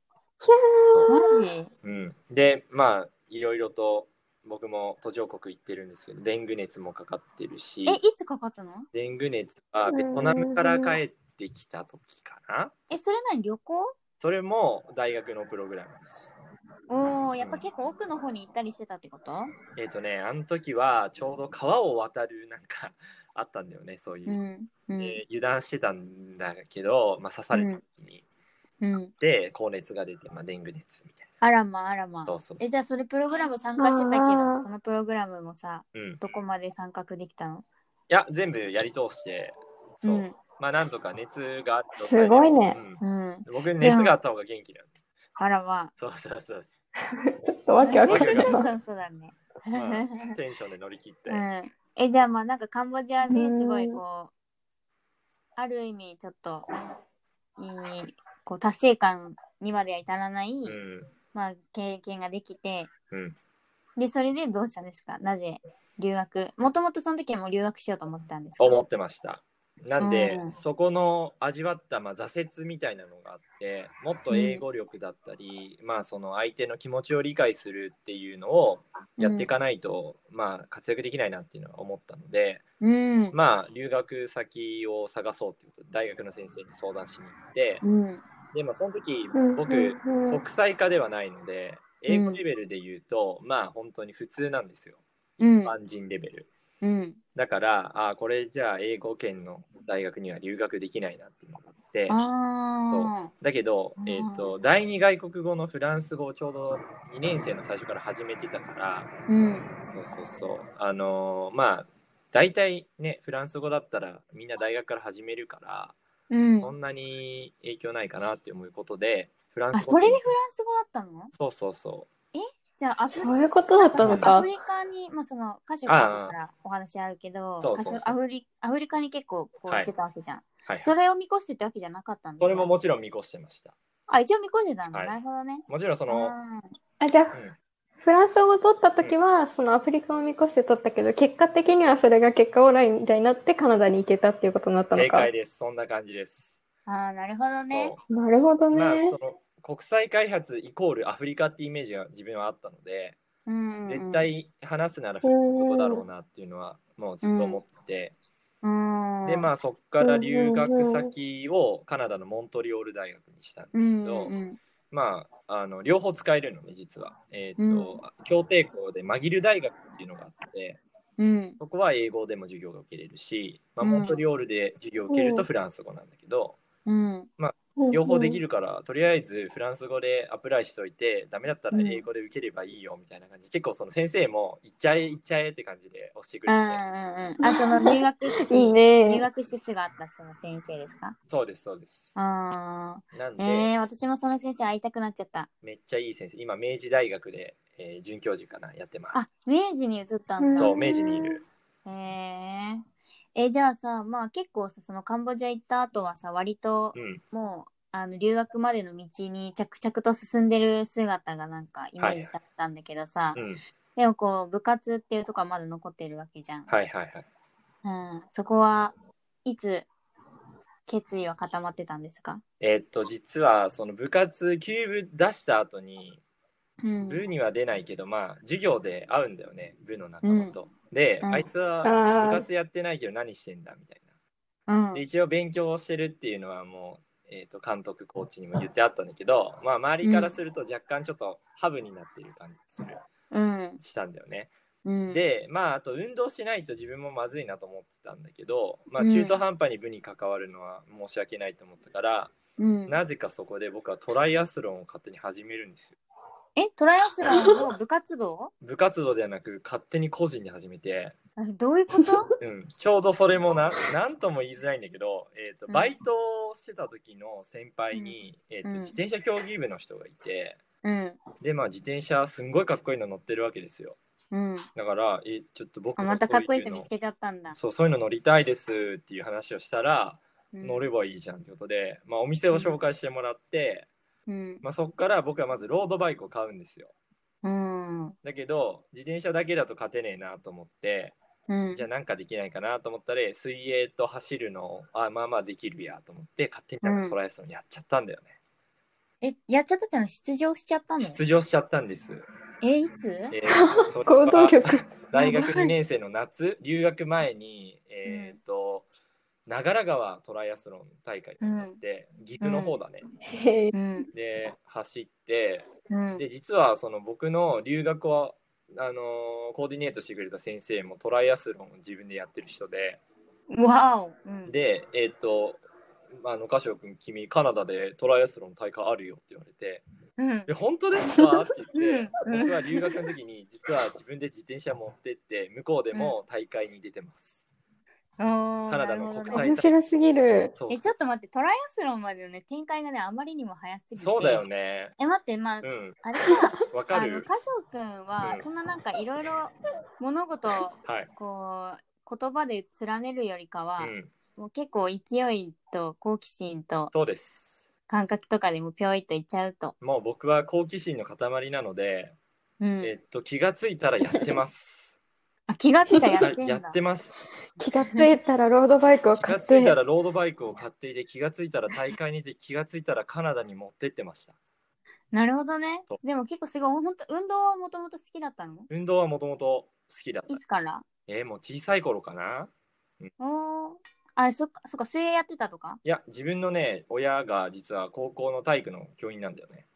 B: マジ
C: うんでまあいろいろと僕も途上国行ってるんですけどデング熱もかかってるし
B: え、いつかかったの
C: デング熱はベトナムから帰ってきた時かな
B: え、それ何旅行
C: それも大学のプログラムです。
B: おおやっぱ結構奥の方に行ったりしてたってこと
C: えっ、とね、あの時はちょうど川を渡るなんかあったんだよね、そういうう。
B: ん。うん。
C: で油断してたんだけど、まあ、刺された時に。
B: うん。
C: で、高熱が出て、まあ、デング熱みたい
B: あらまあらま
C: そうそうそう
B: え、じゃあそれプログラム参加してたけど
A: あ
B: さ
A: ー
B: そのプログラムもさ、
C: な。うん。い
B: どこまで参画できたの
C: や、全部やり通して、そう。まあ、なんとか熱があると
A: すごいね
B: うん。うん。
C: うん僕、熱があった方が元気だよ。
B: あらまあ。
C: そうそうそうそ
A: ちょっとわけわかんない
B: そ
A: な。
B: うそうだね。
C: う。まあ、テンションで乗り切って。
B: うん、えじゃあまあなんかカンボジアですごい
A: うん
B: こうある意味ちょっといいこう達成感にまでは至らない、
C: うん。
B: まあ、経験ができて、
C: うん
B: でそれでどうしたんですかなぜ留学もともとその時はもう留学しようと思ってたんですか
C: 思ってました。なんで、
B: うん
C: そこの味わった、まあ、挫折みたいなのがあってもっと英語力だったり、まあその相手の気持ちを理解するっていうのをやっていかないと、まあ活躍できないなっていうのは思ったので、
B: うん
C: まあ留学先を探そうっていうことで大学の先生に相談しに行って
B: うん
C: で、まあ、その時
A: うん
C: 僕、
A: うんうん
C: 国際科ではないので英語レベルで言うと、まあ本当に普通なんですよ
B: うん
C: 万人レベル。
B: うん
C: だから、あーこれじゃあ英語圏の大学には留学できないなっていうのがあって、
B: あ
C: だけど
B: あ、ー
C: えっと第二外国語のフランス語をちょうど2年生の最初から始めてたから、
B: あうん
C: そうそうそう、あのーまあ、大体ね、フランス語だったらみんな大学から始めるから、
B: うん
C: そんなに影響ないかなって思うことで、フラン
B: あ
C: ス語
B: それでフランス語だったの
C: そうそうそ
B: じゃあアフリ
A: そういうことだったの
B: ア
A: か
B: フ。リカに、まあ、その歌手からお話あるけど
C: そうそうそう
B: 歌手アフリアフリカに結構こう
C: は
B: 行
C: い
B: ってたわけじゃん、
C: う、はい。
B: それを見越してってわけじゃなかったんだね
C: それももちろん見越してました。
B: あ一応見越してたんだ、
C: はい
B: なるほどね
C: もちろんその、
A: あ、じゃあ、
C: うん
A: フランス語取った時は、そのアフリカを見越して取ったけど、結果的にはそれが結果オーライみたいになってカナダに行けたっていうことになったの
C: 正
A: か。
C: 解です。そんな感じです。
B: あーあーなるほどね
C: そう
A: なるほど
C: まあ
A: ね
C: そ。の国際開発イコールアフリカってイメージが自分はあったので、
B: うんうん
C: 絶対話すなら
A: う
C: こ
A: ん
C: こだろ
A: う
C: うなっていうのはもうずっと思って、
B: うん
C: でまあそこから留学先をカナダのモントリオール大学にしたん
B: う
C: で
B: ん
C: け
B: う
C: ど、
B: ん
C: まああの両方使えるのね実は、えーと協定校でマギル大学っていうのがあって
B: うん
C: そこは英語でも授業が受けれるし、まあ、
B: うん
C: モントリオールで授業を受けるとフランス語なんだけど、
B: うん
A: ん
C: 両方できるから、とりあえずフランス語でアプライしといて、ダメだったら英語で受ければいいよみたいな感じで、結構その先生も、行っちゃえ、行っちゃえって感じで押してく
B: あーう
C: れて、
B: んうんあその留学施設
A: いい
B: 留
A: ね。
B: 学施設があったその先生ですか
C: そうです、そうです。
B: あ
C: なん
B: ー
C: で、
B: えー、私もその先生会いたくなっちゃった
C: めっちゃいい先生、今、明治大学で、えー准教授かな、やってます。
B: あ明治に移ったんだ
C: そう、明治にいる。
B: へええじゃあさまあ結構さそのカンボジア行った後はさ割と
C: うん、
B: もうあの留学までの道に着々と進んでる姿がなんかイメージだったんだけどさ、
C: うん、
B: でもこう部活っていうとこはまだ残ってるわけじゃん、
C: はいはいはい。
B: うん、そこはいつ決意は固まってたんですか、
C: えーっと、実は、その部活、キューブ出した後に、
B: うん、
C: 部には出ないけど、まあ、授業で会うんだよね、部の仲間と。で、
B: うん
C: あいつは部
A: ああ、
C: 活やってないけど何してんだみたいな。
B: うん
C: で一応勉強をしてるっていうのはもう、えー、と監督コーチにも言ってあったんだけど、まあ、周りからすると若干ちょっとハブになっている感じする
B: うん
C: したんだよね。
B: うん
C: でまああと運動しないと自分もまずいなと思ってたんだけど、まあ、
B: うん
C: 中途半端に部に関わるのは申し訳ないと思ったから、
B: うん、
C: なぜかそこで僕はトライアスロンを勝手に始めるんですよ。
B: えトライアスロンの部活動
C: 部活動じゃなく勝手に個人で始めて、
B: どういうこと
C: うん、ちょうどそれもななんとも言いづらいんだけど、えー、と
B: うん
C: バイトをしてた時の先輩に、えーと
B: うん
C: 自転車競技部の人がいて
B: うん
C: でまあ自転車すんごいかっこいいの乗ってるわけですよ
B: うん
C: だからえちょっと僕
B: あ
C: も
B: またかっこいい
C: そう
B: 人
C: うの
B: 見つけちゃったんだ、
C: そうそういうの乗りたいですっていう話をしたら、
B: うん、
C: 乗ればいいじゃんってことで、まあ、お店を紹介してもらって、
B: うん
C: まあ、そこから僕はまずロードバイクを買うんですよ
B: うん
C: だけど自転車だけだと勝てねえなと思って
B: うん
C: じゃあなんかできないかなと思ったら水泳と走るのあまあまあできるやと思って勝手になんかトライアスロンやっちゃったんだよね、
B: え、やっちゃったってのは出場しちゃったの
C: 出場しちゃったんです、
B: え、いつ
C: えーそれ
A: 行
C: は
A: 動力。
C: 大学2年生の夏留学前にえっ、と、長良川トライアスロン大会ってなって、岐阜の方だね、
A: へえ
B: うん。
C: で走って
B: うん。
C: で実はその僕の留学をあのーコーディネートしてくれた先生もトライアスロンを自分でやってる人で、
B: わお。うん。
C: で、えっ、と、まあ、あの、カシオ君、君、カナダでトライアスロン大会あるよって言われて、
B: うん
C: え、。本当ですかって言って、
B: うん
C: 僕は留学の時に、実は自分で自転車持ってって、向こうでも大会に出てます。カ
B: カ
C: ナダの国体
A: 面白すぎる。
C: そう
B: え、ちょっと待って、トライアスロンまでのね、展開がね、あまりにも早すぎて。
C: そうだよ。ね。
B: え、待って、まあ
C: う、ん、
B: あれか、
C: わか
B: あの、
C: る。
B: カジョウくんは
C: う、ん
B: そんななんかいろいろ物事を、
C: はい。
B: こう、言葉で連ねるよりかは
C: う、ん、
B: もう結構勢いと好奇心と
C: そうです。
B: 感覚とかでもぴょいっといっちゃうと。
C: もう僕は好奇心の塊なので、
B: うん。
C: えっと、気がついたらやってます。
B: あ、気がついたら や
C: は
B: っ
C: い
B: てんだ。
C: やってます。
A: 気がついたらロードバイクを
C: 気が
A: 買っ
C: ついた
A: て、
C: らロードバイクを買っていて、気がついたら大会にて、気がついたらカナダに持ってってました。
B: なるほどね
C: そ。
B: でも結構すごい、本当運動はもともと好きだったの
C: 運動はもともと好きだった
B: い。つから
C: えーもう小さい頃かな
B: おー。あ、そっか、そっか、水泳やってたとか
C: いや、自分のね、親が実は高校の体育の教員なんだよね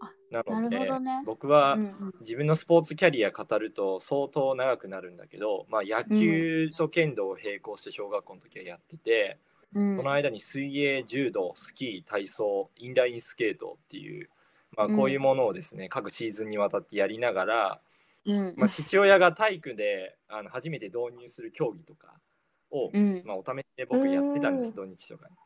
B: あ。
C: な
B: な
C: の
B: る
C: で、
B: ほどね。
C: 僕
B: う
C: は
B: んうん、
C: 自分のスポーツキャリア語ると相当長くなるんだけど、まあ、野球と剣道を並行して小学校の時はやってて、
B: うん
C: その間に水泳柔道スキー体操インラインスケートっていう、まあ、こういうものをですね、各シーズンにわたってやりながら、
B: うん
C: まあ、父親が体育であの初めて導入する競技とかを、
B: うん
C: まあ、お試しで僕やってたんで
A: う
C: す
A: ん
C: 土日とかに。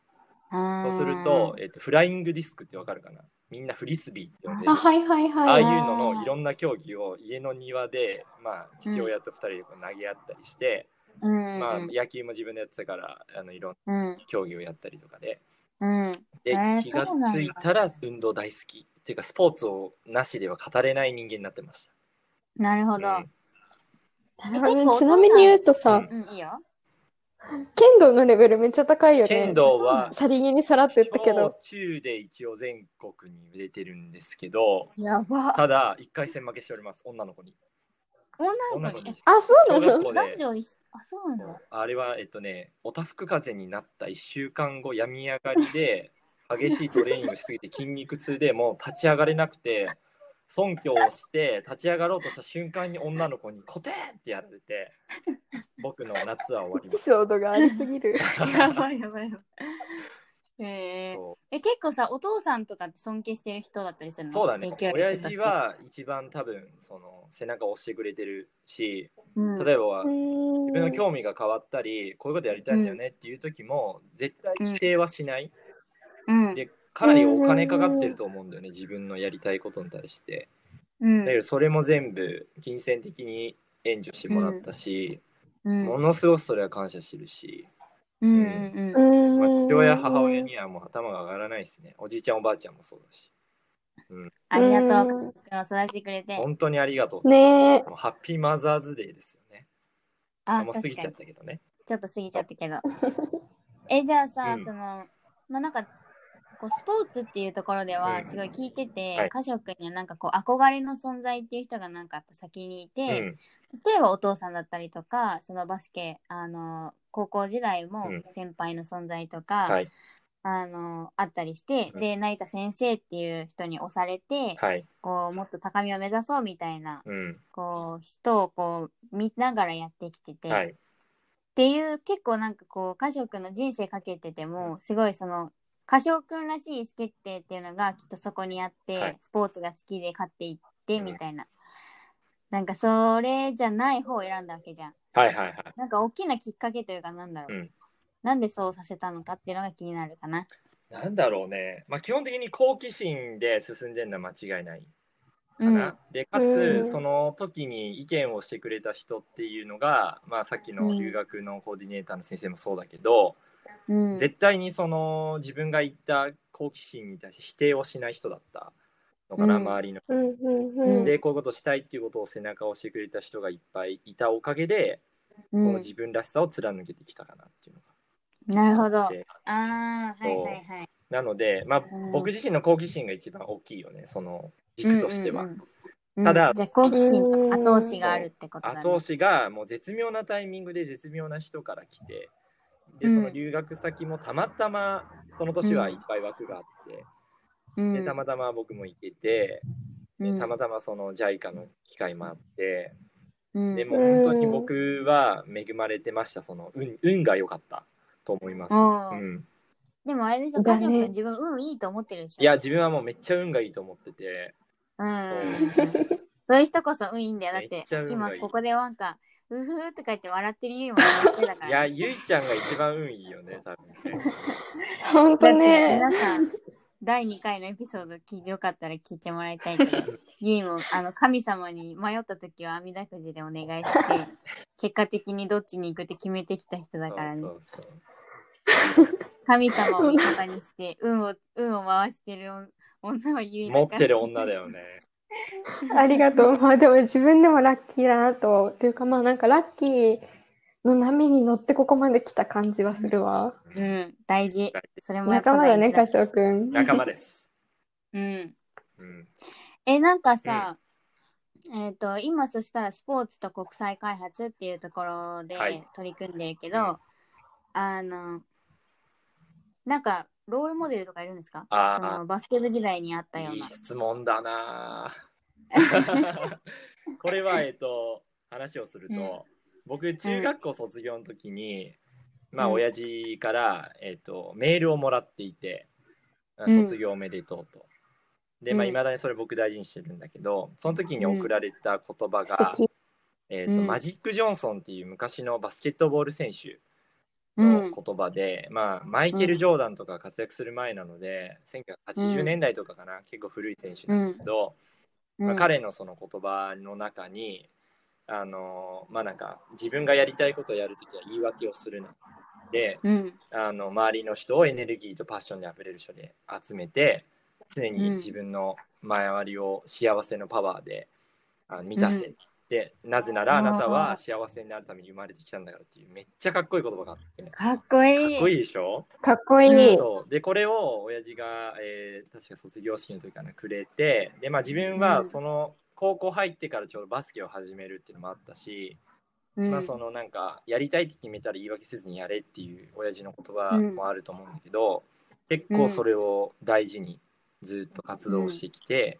B: あー
C: そうすると、えっと、フライングディスクってわかるかなみんなフリスビーって呼んでる
A: あ、はいはい
C: ああ
A: はいい。
C: うののいろんな競技を家の庭で、まあ、父親と2人でこう投げ合ったりして、
B: うん
C: まあ、野球も自分でやってたからあのいろんな
B: うん
C: 競技をやったりとかで
B: うん
C: で、
B: えー
C: 気がついたら運動大好きっていうかスポーツをなしでは語れない人間になってました。
B: なるほど。
C: うん
A: なるほどねちなみに言うと
C: う
A: さ
C: ん、
B: うん、いいよ。
A: 剣道のレベルめっちゃ高いよね。
C: 剣道は
A: さりげにさらって言ったけど
C: 小。中で一応全国に出てるんですけど
B: やば。
C: ただ1回戦負けしております女の子に。
B: 女
C: 女
B: の
C: の
B: 子
C: 子
B: に
C: に。
A: あ、そうな
C: 小学
A: の
C: 校
B: 男
C: で
B: 女一緒あ、そうなんだ。
C: あれはえっとね、おたふく風邪になった1週間後、病み上がりで、激しいトレーニングしすぎて筋肉痛でもう立ち上がれなくて、尊敬をして、立ち上がろうとした瞬間に女の子にコテーってやられて、僕の夏は終わ
A: エ
C: りま
A: ピ
C: し
A: ソードがありすぎる。
B: やばいやばいやばい。
C: た。
B: えー、
C: そ
B: え結構さお父さんとかって尊敬してる人だったりする
C: う
B: の
C: そうだね
B: 影響、力
C: 親
B: として
C: 父は一番多分その背中を押してくれてるし、
B: うん
C: 例えば
A: うーん
C: 自分の興味が変わったり、こういうことやりたいんだよねっていう時も、絶対否定はしない。
B: うん
C: でかなりお金かかってると思うんだよね自分のやりたいことに対して
B: うん
C: だけどそれも全部金銭的に援助してもらったし、
B: うん
C: ものすごくそれは感謝してるし、
B: うんうん
A: う
B: うん
A: ーん
C: まあ父親母親にはもう頭が上がらないですねおじいちゃんおばあちゃんもそうだし
B: ありが
A: う
B: とうんくしくんを育ててくれて
C: 本当にありがとう、
A: ねえ。
C: もうハッピーマザーズデーですよねあ
B: あ
C: んま過
B: 確か
C: ぎ
B: に
C: ち
B: ち
C: ゃ
B: ょ
C: ったけどね
B: っと過ぎちゃったけどえじゃあさ、
C: うん
B: そのまあなんかこうスポーツっていうところで
C: う
B: は
C: ん
B: すごい聞いてて、
C: はい
B: 家族にはなんかこう憧れの存在っていう人がなんかやっぱ先にいて、
C: うん
B: 例えばお父さんだったりとかそのバスケあの高校時代も
C: うん
B: 先輩の存在とか、
C: はい
B: あのあったりして、
C: うん
B: で成田先生っていう人に押されて、
C: はい
B: こうもっと高みを目指そうみたいな
C: うん
B: こう人をこう見ながらやってきてて、
C: は
B: っ
C: い
B: ていう結構なんかこう歌唱くんの人生かけててもすごいその歌唱くんらしい意思決定っていうのがきっとそこにあって、
C: はい
B: スポーツが好きで勝っていって
C: うん
B: みたいな、なんかそれじゃない方を選んだわけじゃん。
C: はいはいはい
B: なんか大きなきっかけというかなんだろう、
C: うん
B: なんでそうさせたのかっていうのが気になるかな。
C: なんだろうね、まあ、基本的に好奇心で進んでるのは間違いないか
B: うん
C: な、でか
A: うん
C: つその時に意見をしてくれた人っていうのが、まあ、さっきの留学のコーディネーターの先生もそうだけど、
B: うん、
C: 絶対にその自分が言った好奇心に対して否定をしない人だったのかな、
B: うん
C: 周りの。
A: うんうんうん。
C: でこういうことしたいっていうことを背中を押してくれた人がいっぱいいたおかげで、
B: うん
C: この自分らしさを貫けてきたかなっていうの
B: なるほ
C: があ
B: ど
C: っ。て
B: ああ、はいはいはい。
C: なので、まあ
B: うん、
C: 僕自身の好奇心が一番大きいよねその軸としては。
B: うんうんうん
C: ただ
B: うんじゃあ好奇心と後押しがあるってことだ、ね。
C: 後押しがもう絶妙なタイミングで絶妙な人から来てで
B: うん
C: その留学先もたまたまその年はいっぱい枠があって、
B: うん
C: でたまたま僕も行けて、
B: うん
C: でたまたまその JICA の機会もあって、
B: うん
C: でもう本当に僕は恵まれてましたその運運が良かったと思います、
B: あー
C: うん、
B: でもあれでしょ、
A: だ
B: カ
A: ね
B: ジョ君自分運いいと思ってるでしょ。
C: いや、自分はもうめっちゃ運がいいと思ってて
B: うん。そういう人こそ運いいんだよ。だっ
C: め
B: て
C: っちゃ運
B: 今
C: がいい
B: ここでなんか、うふーとか言って笑ってるゆいも笑ってだから。
C: いやゆいちゃんが一番運いいよね多分 ね
A: 本
B: だ
A: 当
B: って
A: ね。
B: 皆さん、第2回のエピソード聞いてよかったら聞いてもらいたいけど、ゆいもあの神様に迷った時は網だくじでお願い して、結果的にどっちに行くって決めてきた人だからね
C: そ。うそうそう
B: 神様を味方にして、運を、運を回してる女はゆいだ
C: 持っ
B: から
C: てる女だよね
A: ありがとう。まあでも自分でもラッキーだなと。というかまあなんかラッキーの波に乗ってここまで来た感じはするわ。
B: うん、大事。それもやっぱ
A: 仲間だね、
B: 大
A: カ
B: 事
A: シオくん。
C: 仲間です。
B: うん。
C: うん、
B: え、なんかさ、えっ、と、今そしたらスポーツと国際開発っていうところで
C: はい
B: 取り組んでるけど、
C: うん
B: あの、なんか、ロールモデルとかいるんですか
C: あ
B: そのバスケ部時代にあった
C: あ、
B: よう
C: いい
B: な。
C: 質問だな。 これは、えっと、話をすると、
B: うん
C: 僕、中学校卒業の時に、まあ、
B: うん
C: 親父から、えっと、メールをもらっていて、
B: うん
C: 卒業おめでとうと。で、まあ、
B: うん
C: いまだにそれ僕大事にしてるんだけど、その時に送られた言葉
A: 素
C: が、
A: 敵。
C: えっと、
B: うん
C: マジック・ジョンソンっていう昔のバスケットボール選手。
B: うん。う
C: の言葉で、まあ、マイケル・ジョーダンとか活躍する前なので、1980年代とかかな、結構古い選手なんだけど、まあ、
B: ん
C: 彼のその言葉の中にあのまあなんか自分がやりたいことをやるときは言い訳をするなで
B: うん。
C: あの周りの人をエネルギーとパッションであふれる人で集めて常に自分の周りを幸せのパワーであの満たせ、
B: うん
C: でなぜならあなたは幸せになるために生まれてきたんだからっていうめっちゃかっこいい言葉があってか
B: かっこいい。
C: っこいいでしょ、
A: かっこいい。
C: そうでこれを親父が、えー確か卒業式の時かなくれてで、まあ、自分は
B: うん
C: その高校入ってからちょうどバスケを始めるっていうのもあったし、
B: うん
C: まあ、そのなんかやりたいって決めたら言い訳せずにやれっていう親父の言葉もあると思うんだけど、結構それを大事にずっと活動してきて、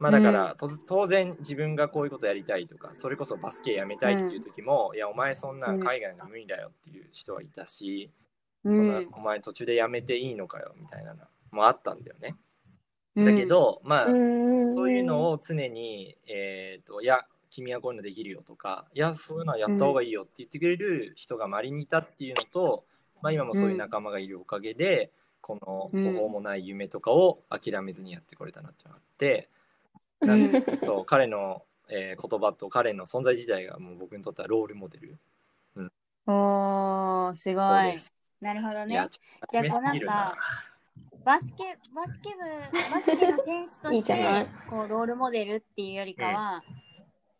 C: まあ、だから、と当然自分がこういうことやりたいとかそれこそバスケやめたいっていう時も、いやお前そんなん海外が無理だよっていう人はいたし。
B: う
C: そんなんお前途中でやめていいのかよみたいなのもあったんだよね。
B: うん
C: だけど、まあ、
A: ん
C: そういうのを常に、えーと、いや、君はこういうのできるよとか、いや、そういうのはやった方がいいよって言ってくれる人が周りにいたっていうのと、まあ今もそういう仲間がいるおかげで、こ
B: う
C: の
B: ん
C: 途方もない夢とかを諦めずにやってこれたなっていうのがあって、
A: うん
C: なんでそう彼の、えー言葉と彼の存在自体がもう僕にとってはロールモデル
B: おー、すご
C: そう
B: い
C: で。す。
B: なるほど
C: い
B: ね
C: や、。ちょっと真面目すぎる
B: じゃあ
C: な
B: こ。バスケ、バスケ部、バスケの選手と
A: いい
B: し
A: じゃ
B: て
A: ない、
B: こう、ロールモデルっていうよりかは、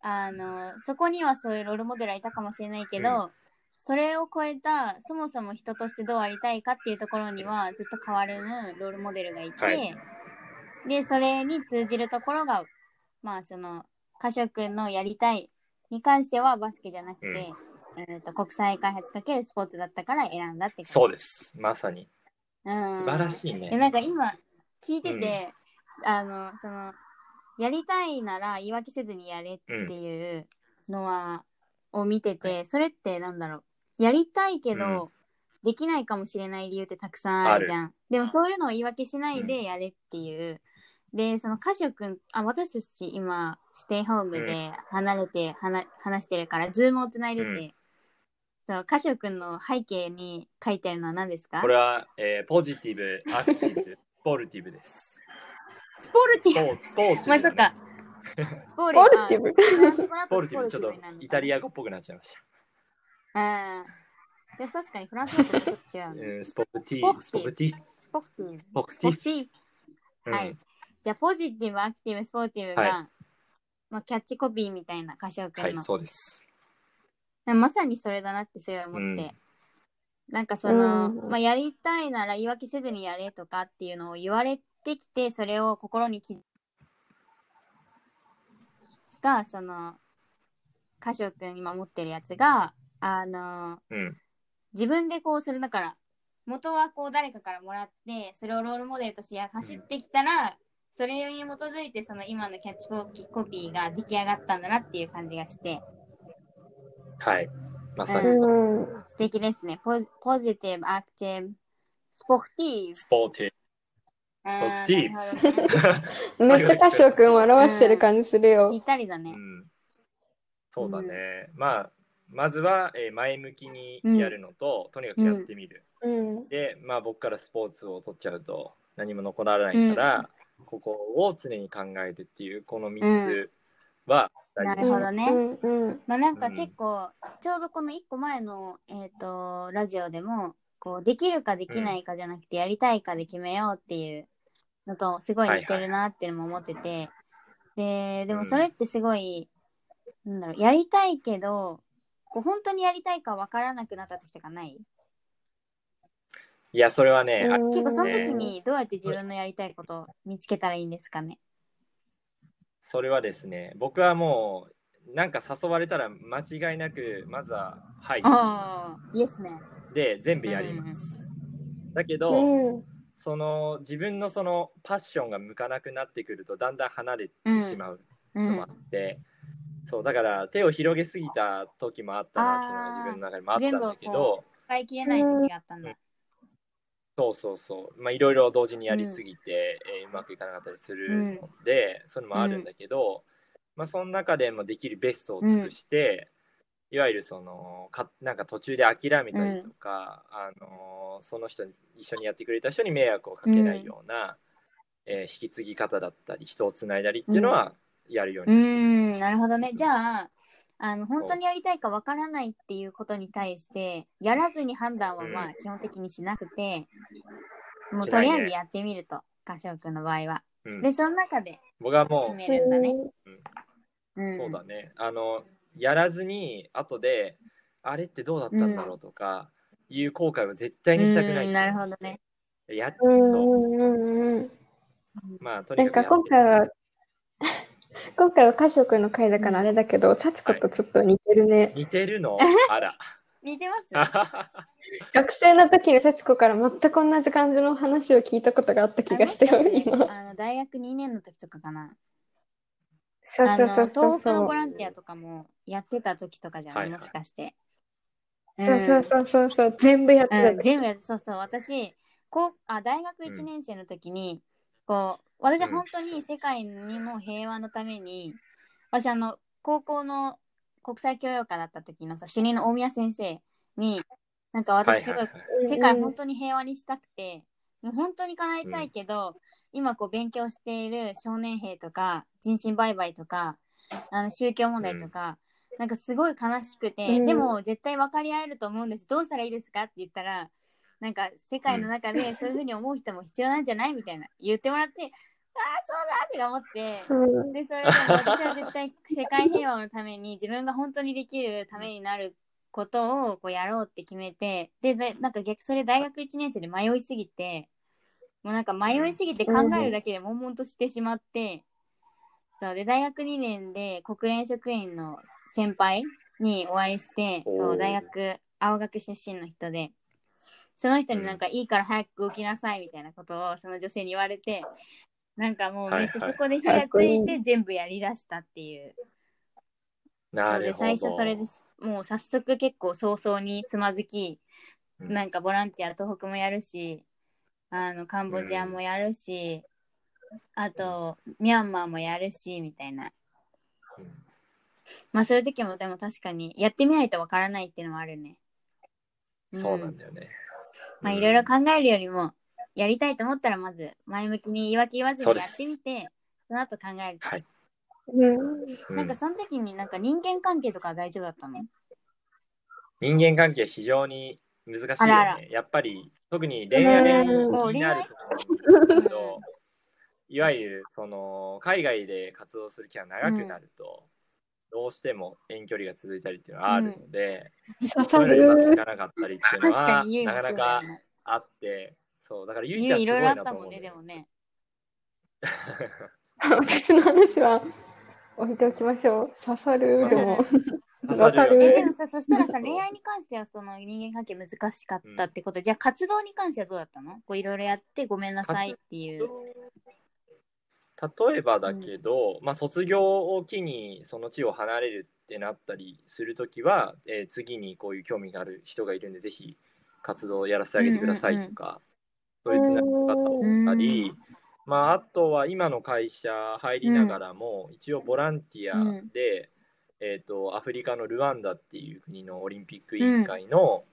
B: あの、そこにはそういうロールモデルはいたかもしれないけど、
C: う
B: それを超えた、そもそも人としてどうありたいかっていうところには、ずっと変わらぬロールモデルがいて、
C: はい
B: で、それに通じるところが、まあ、その、歌手くんのやりたいに関してはバスケじゃなくて、うんと国際開発かけるスポーツだったから選んだって
C: そう
B: で
C: です。まさに。
B: す。うん、
C: 素晴らしいね。
B: えなんか今聞いてて、あのそのやりたいなら言い訳せずにやれっていうのは、を見ててそれってなんだろうやりたいけど、できないかもしれない理由ってたくさんあるじゃんでもそういうのを言い訳しないでやれっていう、でその歌手くんあ私たち今ステイホームで離れて、はな話してるからズームをつないでて、
C: うん
B: そう歌手くんの背景に書いてあるのは何ですか
C: これは、えーポジティブ、アクティブ、スポルティブです。
B: スポルティ
C: スポーツ、スポーツ、
B: まあそっか。スポー
A: ポルティブ
C: スポルティブ、ちょっとイタリア語っぽくなっちゃいまし
B: ア。うん。で確かにフランス語とちょっと違う
C: た。
B: ね。
C: うん、スポルテ
B: スポルティ
C: ィブ、スポルティブ、ス
B: スポクティブ。ス
C: ポルテ
B: ポ
C: ィ
B: クティ
C: ブ。
B: ブ。はい。じゃあ、ポジティブ、アクティブ、スポーティブが、
C: は
B: まあ、キャッチコピーみたいな歌唱
C: うん
B: 君
C: はい、
B: の、
C: そうです。
B: まさにそれだなってすごい思って。なんかその、
A: うん
B: まあ、やりたいなら言い訳せずにやれとかっていうのを言われてきて、それを心にきが、その、歌唱君今持ってるやつが、あの
C: うん、
B: 自分でこうするだから元はこう誰かからもらってそれをロールモデルとしてや走ってきたら、それに基づいてその今のキャッチコピーが出来上がったんだなっていう感じがして
C: はい。まさ
A: う
C: に、
A: ん。
B: 素敵ですねポポジティブアクティブスポクティブ
C: スポーティスポクティブ
B: あーなるほどね
A: めっちゃカシオくんを表してる感じする
B: ぴっ
A: よ。
B: たりだ
C: ブ。う
B: ね
C: ん。そうだね。まあ、まずは、えー前向きにやるのと、とにかくやってみる。
A: うん。
C: で、まあ、僕からスポーツを取っちゃうと何も残らないから、ここを常に考えるっていうこの3つは大事
B: な
C: で
B: る
C: す
B: ほ
C: ね。
B: どね
A: うんうん。
B: まあなんか結構、ちょうどこの1個前の、えっとラジオでもこうできるかできないかじゃなくてやりたいかで決めようっていうのとすごい似てるなっていうのも思ってて、で、でもそれってすごい、なんだろう、やりたいけど、こう本当にやりたいかわからなくなった時とかない
C: いや、それはね、あ
B: 結構その時にどうやって自分のやりたいことを見つけたらいいんですかね
C: それはですね、僕はもう、なんか誘われたら間違いなく、まずは、はいって言い
B: あ
C: ま
B: あ、イエスね。
C: す。で、全部やります。だけど、
A: うん
C: その自分のそのパッションが向かなくなってくるとだんだん離れ
B: うん
C: てしまう
B: う
C: の
B: ん
C: もあ。って、そうだから手を広げすぎた時もあったなっていうのが自分の中でもあったんだけ
B: 全部を
C: ど
B: 使い切れない時があったんだ。
C: そうそうそうまあいろいろ同時にやりすぎて、えーうまくいかなかったりするので、それもあるんだけど、まあその中でもできるベストを尽くして、いわゆるそのかなんか途中で諦めたりとか、あのーその人に一緒にやってくれた人に迷惑をかけないような、えー引き継ぎ方だったり人をつないだりっていうのはやるよう
B: うー
C: にしてる、
B: ん、なるほどね。じゃあ、あの本当にやりたいかわからないっていうことに対して、やらずに判断はま
C: う
B: あ基本的にしなくて、もう
C: し
B: と
C: ない
B: り
C: ね
B: あえずやってみると、柏くんの場合は。
C: うん
B: で、その中で
C: 僕は
B: 決
C: もう
B: めるんだね。うん
C: そうだね。あの、やらずに、後で、あれってどうだったんだろうとか、いう後悔は絶対にしたくない。
B: うんなるほどね。
C: やっ、
A: うん
C: そう。
A: うんうんうん。
C: まあ、と
A: な
C: に
A: ん
C: かくや
A: か
C: って。
A: 今回は、今回は歌手くんの回だからあれだけど、幸子とちょっと似てるね。
C: 似て るのあら。
B: 似てます
C: あははは
A: 学生の時に幸子から全く同じ感じの話を聞いたことがあった気がして
B: あ
A: る、
B: の人ね
A: 今。
B: あの大学2年の時とかかな。
A: そうそうそう
B: あの
A: そう
B: 東北の
A: そ
B: ボ
A: う。
B: ランティアとかもやってた時とかじゃない、
C: はいはい
B: もしかして。
A: そうそうそうそうそう。全部やって
B: う
A: た
B: ん、
A: 時。
B: 全部やってそうそう私こうあ大学1年生の時に、こう私は本当に世界にも平和のために、私あの高校の国際教養科だった時のさ主任の大宮先生になんか私すご
C: はいいはい
B: 世界
A: うんう
B: 本
A: ん
B: 当に平和にしたくて、もう本当に叶えたいけど、今こう勉強している少年兵とか人身売買とかあの宗教問題とか、なんかすごい悲しくて、
A: うん
B: でも絶対分かり合えると思うんですどうしたらいいですかって言ったらなんか世界の中でそういうふうに思う人も必要なんじゃないみたいな言ってもらってああそうだって思って。
A: うん
B: でそれで私は絶対世界平和のために自分が本当にできるためになることをこうやろうって決めてででなんか逆それ大学1年生で迷いすぎてもうなんか迷いすぎて考えるだけで悶々としてしまって、そうで大学2年で国連職員の先輩にお会いして
C: おー
B: そう大学青学出身の人でその人になんか、いいから早く動きなさいみたいなことをその女性に言われてなんかもうめっちゃそこで火がつ
A: はい
B: い
A: は
B: て全部やりだしたっていう。
C: な
B: なの
C: る
B: で
C: ほど。
B: 最初それですもう早速結構早々につまずき、
C: うん
B: なんかボランティア東北もやるしあのカンボジアもやるし、あとミャンマーもやるしみたいな
C: うん
B: まあそういう時もでも確かにやってみないとわからないっていうのはあるね
C: そうなんだよね。
B: まあ
C: うん
B: いろいろ考えるよりもやりたいと思ったらまず前向きに言い訳言わず
C: そう
B: に
C: で
B: やっ
C: す
B: てみてその後考えると、
C: はい。
A: うん。
C: うん
B: なんかその時になんか人間関係とかは大丈夫だったの
C: 人間関係は非常に難しいよね。
B: あらあら
C: やっぱり特に恋愛
A: うん
C: になると思うんだけど、いわゆるその海外で活動する期間が長くなると、どうしても遠距離が続いたりっていうのはあるので、
A: 刺
C: そ
A: さ
C: れがうまくい
A: る。
C: かなかったりっていうの
B: 確か
C: は
B: にゆう
C: な
B: も
C: か
B: そう
C: な
B: だよ
C: か
B: ね
C: あって、そうだからゆいち
B: ゆ
C: ゃ
B: うんい
C: す
B: ろ
C: ごい
B: いろあっ
C: なと
B: た
C: 思
B: も
C: うんんだ
B: ね
C: よ
B: でもね
A: 私の話は置いておきましょう。刺さるでも。
C: 刺さ
B: え
C: るよ
A: わか
C: ね
B: でもさそしたら
C: そ
B: さ
C: う
B: 恋愛に関してはその人間関係難しかったってこと、じゃあ活動に関してはどうだったのこういろいろやってごめんなさいっていう
C: 例えばだけど、まあ、卒業を機にその地を離れるってなったりするときは、えー次にこういう興味がある人がいるんでぜひ活動をやらせてあげてくださいとか、そういうつながり方
A: う
C: だった
B: う
C: り
B: ん、
C: まあ、あとは今の会社入りながらも、一応ボランティアで、えー、とアフリカのルワンダっていう国のオリンピック委員会の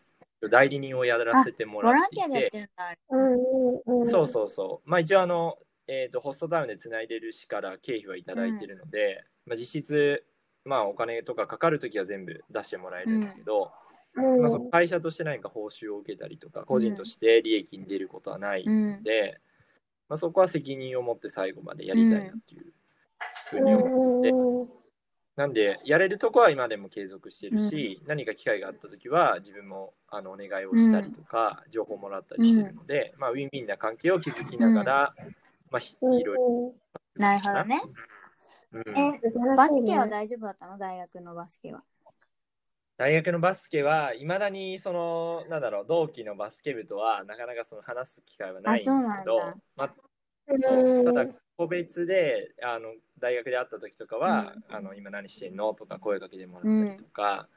C: 代理人をやらせても
B: ボ
C: ら
B: ラ
C: っ
B: ン
C: てい
B: ティアでや
C: て
B: っ。てるんだ
A: うんうんうん。
C: そうそうそう。まあ一応あの、えー、とホストタウンでつないでる市から経費はいただいてるので、まあ、実質、まあ、お金とかかかるときは全部出してもらえるんだけど、
A: うん。
C: まあ、その会社として何か報酬を受けたりとか個人として利益に出ることはない
B: うん
C: ので、まあ、そこは責任を持って最後までやりたいなっていうふうに思うなんでやれるとこは今でも継続してるし、何か機会があった時は自分もあのお願いをしたりとか、情報もらったりしてるので、まあ、ウィンウィンな関係を築きながら、まあ、ひいろいろ
B: なるほどね。
C: うん
B: え、
A: 素晴ら
B: バ
A: しい
B: スケは
A: ね。
B: 大丈夫だったの大学のバスケは。
C: 大学のバスケはいまだにそのなんだろう同期のバスケ部とはなかなかその話す機会はないん
B: あそう
C: だ
B: なん
C: け
B: だ
C: どまあ
A: うん
C: ただ個別であの大学で会った時とかは、あの今何してんのとか声かけてもらったりとか、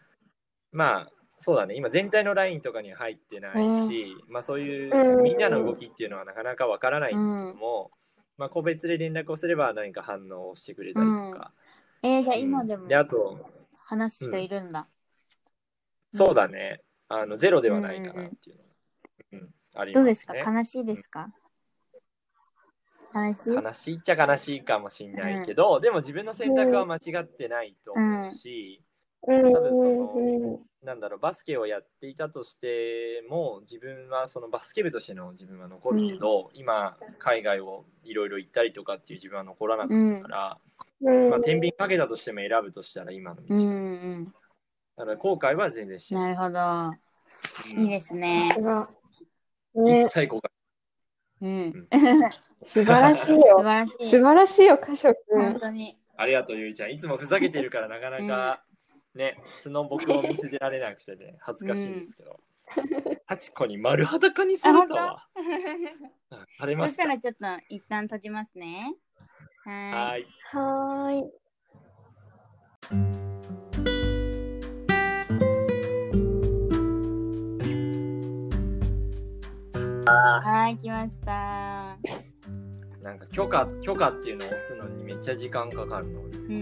C: まあそうだね今全体のラインとかには入ってないし、まあ、そういう
A: うん
C: みんなの動きっていうのはなかなかわからないん
B: う
C: だけど
B: ん。
C: も、まあ、個別で連絡をすれば何か反応をしてくれたりとか、
B: えーじゃあ
C: うん
B: 今でも
C: であと
B: 話す人いるんだ。
C: そうだね。あのゼロではないかなっていうのが、うんありますね
B: どうですか悲しいですか悲しい
C: 悲しいっちゃ悲しいかもしれないけど、でも自分の選択は間違ってないと思うし、なんだろうバスケをやっていたとしても自分はそのバスケ部としての自分は残るけど、今海外をいろいろ行ったりとかっていう自分は残らなかったから、まあ、天秤かけたとしても選ぶとしたら今の道、
B: うんう
C: だ
B: ん。
C: から後悔は全然しない、
B: なるほど。いいですね。
C: うん
A: ね
C: 一、切後悔
B: うん。
A: 素晴らしい
B: 素晴
A: よ。
B: らし
A: 素
B: い。
A: 晴らしいよ、歌手
B: 本
A: 君。
B: 当に。
C: ありがとう、ゆいちゃん。いつもふざけてるから、なかなか、ね、素の僕を見せてられなくてね、恥ずかしいんです けど。ハチコに丸裸にされたわ。あ晴れま
B: そ
C: し
B: した
C: た。
B: らちょっと一旦閉じますね。はーい。
C: はい。
A: はーい。
B: はい、来ました。
C: なんか許可、許可っていうのを押すのにめっちゃ時間かかるの。
B: うんうんうん。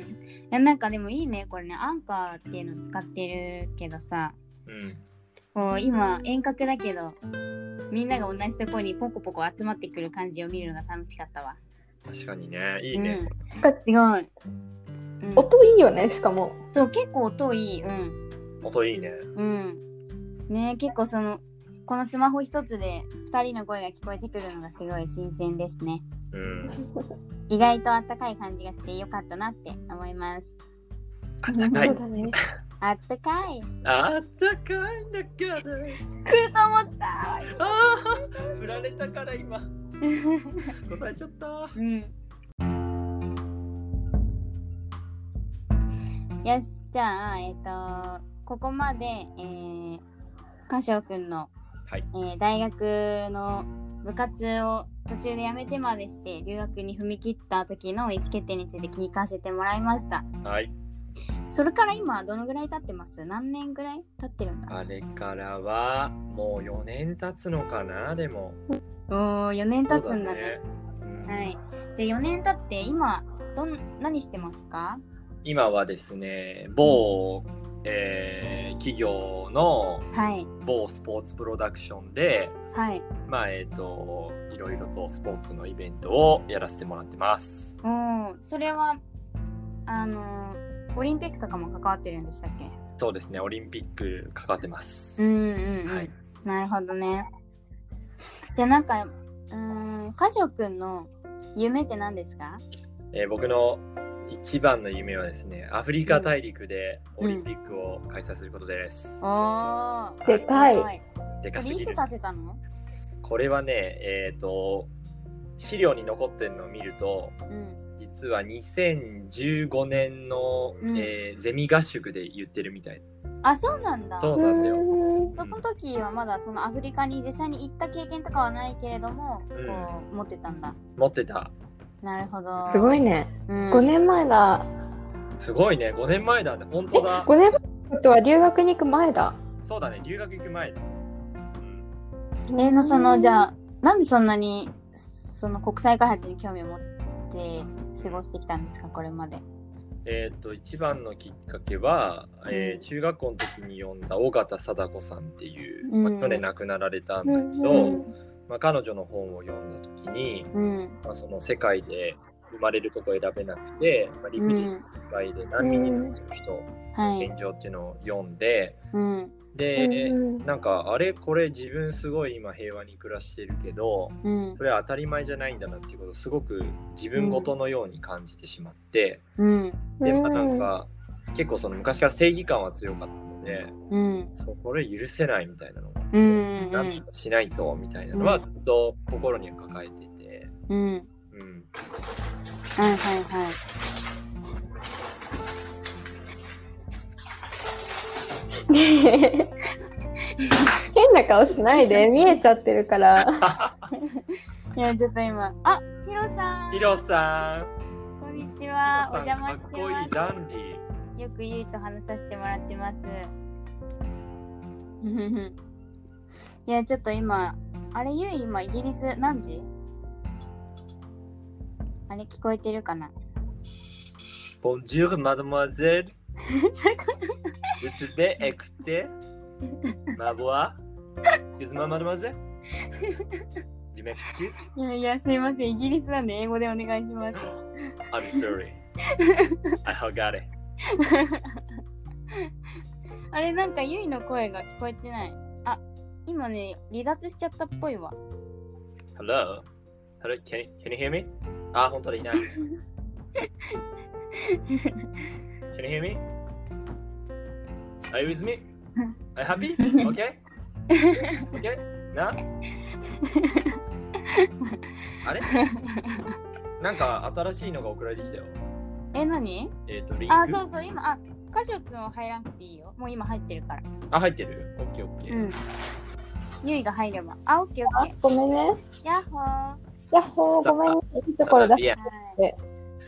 B: いや、なんかでもいいね、これね、アンカーっていうの使ってるけどさ、
C: うん。
B: こう今、遠隔だけど、みんなが同じところにポコポコ集まってくる感じを見るのが楽しかったわ。
C: 確かにね、いいね。
B: うん
C: こ
A: な
C: れ
A: んか
B: すごい。うん
A: 音いいよね、しかも。
B: そう、結構音いい。うん。
C: 音いいね。
B: うん。ね結構その、このスマホ一つで2人の声が聞こえてくるのがすごい新鮮ですね。
C: うん。
B: 意外とあったかい感じがしてよかったなって思います。
C: あったか
A: そう
C: い。
A: だね。
B: あったかい。
C: あったかいんだから。
B: 来ると思った。
C: ああ、振られたから今。答えちゃった。
B: うん。よし、じゃあ、えっ、と、ここまで、えー、歌唱くんの
C: はい。
B: えー大学の部活を途中で辞めてまでして留学に踏み切った時の意思決定について聞かせてもらいました
C: はい。
B: それから今どのぐらい経ってます何年ぐらい経ってるんだ
C: あれからは、もう4年経つのかな、でも。
B: おー4年経つんだね
C: うん
B: はいじゃあ4年経って今どん何してますか
C: 今はですね某、えー企業の
B: はい
C: 某スポーツプロダクションで
B: はい
C: まあえっ、といろいろとスポーツのイベントをやらせてもらってます
B: おーそれはあのーオリンピックとかも関わってるんでしたっけ
C: そうですねオリンピックかかってます、
B: うんうん、うん
C: はい
B: なるほどねじゃあなんかうーん家くんの夢って何ですか
C: えー僕の一番の夢はですねアフリカ大陸でオリンピックを開催することです、
B: おー
A: でかい
B: すごいこ
C: でか
B: れ
C: す
B: い
C: ぎ
B: つ
C: る
B: 建てたの
C: これはねえっ、と資料に残ってるのを見ると
B: うん
C: 実は2015年の、
B: うん
C: えーゼミ合宿で言ってるみたい
B: あそうなんだ
C: そう
B: そ
C: なんだよ、
A: う
B: この時はまだそのアフリカに実際に行った経験とかはないけれども、
C: うん
B: こう持ってたんだ
C: 持ってた
B: なるほど
A: んすごい
B: ね、
A: ね。
B: うん、
A: 5年前だ。
C: すごいね5年前だね本
A: え、
C: 当だ
A: 5年前ってことは留学に行く前だ。
C: そうだね留学行く前だ、うん
B: えのそのじゃあなんでそんなにその国際開発に興味を持って過ごしてきたんですかこれまで
C: えっ、と一番のきっかけは、えー
B: うん
C: 中学校の時に読んだ尾形貞子さんっていう、
B: うん
C: まあ去年亡くなられたんだけど、
A: うん
C: まあ、彼女の本を読んだ時に、
B: うん
C: まあ、その世界で生まれるとこ選べなくて、まあ、陸人使いで難民になっちゃう人、
B: はい
C: 現状っていうのを読んで、
B: うん
C: で、
A: うんうん
C: なんかあれこれ自分すごい今平和に暮らしてるけど
B: うん
C: それは当たり前じゃないんだなっていうことをすごく自分ごとのように感じてしまって、
B: うん
C: でまあなんか結構その昔から正義感は強かったので
B: うん
C: そうこれ許せないみたいなのがあって、
B: うん
C: なんとかしないとみたいなのはずっと心には抱えてて、
B: うん
C: うん、
B: はいはいはい
A: うん変な顔しないで見えちゃってるから
B: いやちょっと今あヒロさん
C: ヒロさん
B: こんにちはお
C: ヒロ
B: 邪
C: さん
B: 魔
C: か
B: し
C: ってこいい
B: ま
C: ダンディ
B: すよくゆいと話させてもらってます いやちょっと今あれゆい今イギリス何時あれ聞こえてるかな
C: ボンジュールマドモアゼル
B: それこ
C: ルツベエクテマボアキズママドモアゼ ルジメクスキス
B: そいやいやすいませんイギリスなんで英語でお願いします
C: I'm sorry I forgot it
B: あれなんかゆいの声が聞こえてないあ今ね離脱しちゃったっぽいわ
C: Hello? Hello? Can, can you hear me? あ、本当だ、いない。can you hear me? Are you with me? Are you happy? Okay? Okay? な あれなんか新しいのが送られてきたよ。
B: え何
C: えっ、と、リンク。
B: あ、そうそう、今、あ、カショ君は入らなくていいよ。もう今入ってるから。
C: あ入ってるオッケーオッケー。
B: うん。ゆいが入れば。あ、オッケーオッケ
A: ごめんね
B: ー。やっほー。は
A: やっほー
C: さあ
A: ごめんねいいところだ
C: いや、
A: で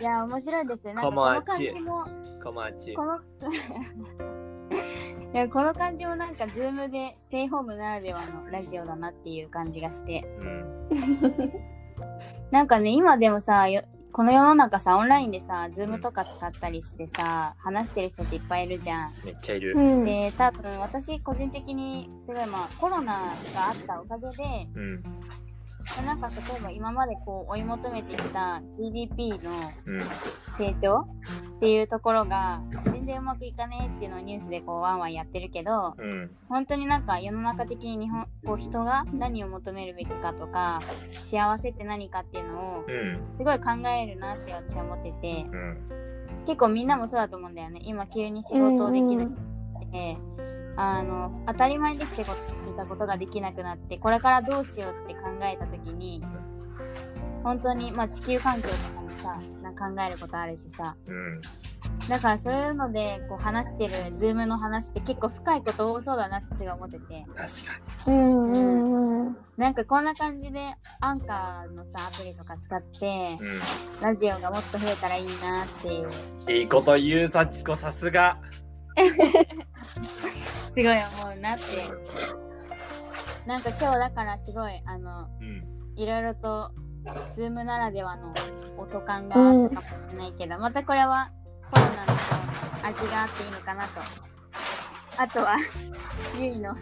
B: い。いや、面白いですね。なんかこ
C: こま
B: の
C: ち
B: 感じも、
C: コマーチ
B: こ。の、 いや、この感じもなんか、ズームでステイホームならではのラジオだなっていう感じがして。
C: うん。
B: なんかね、今でもさ、よこの世の中さ、オンラインでさ、ズームとか使ったりしてさ、話してる人たちいっぱいいるじゃん。
C: めっちゃいる
A: う。ん
B: で、多分私個人的にすごいまあコロナがあったおかげで、
C: うん。
B: なんか例えば今までこう追い求めてきた GDP の
C: うん。
B: 成長っていうところが全然うまくいかねえっていうのをニュースでこうワンワンやってるけど
C: うん。
B: 本当になんか世の中的に日本こう人が何を求めるべきかとか幸せって何かっていうのを
C: うん。
B: すごい考えるなって私は思ってて
C: うん。
B: 結構みんなもそうだと思うんだよね今急に仕事をできなくって、あの当たり前にできてこいたことができなくなってこれからどうしようって考えた時に本当に、まあ、地球環境とかもさなんか考えることあるしさ
C: うん。
B: だからそういうのでこう話してる Zoom の話って結構深いこと多そうだなってすごい思ってて
C: 確か
A: うんうんうん
B: なんかこんな感じでアンカーのさアプリとか使って
C: に。うん。
B: ラジオがもっと増えたらいいなっていう
C: いいこと言う、幸子、さすが。
B: すごい思うなってなんか今日だからすごいあの
C: うん。
B: いろいろと、ズームならではの音感があったかもしれないけど、またこれはコロナの味があっていいのかなと。あとは、 ゆいの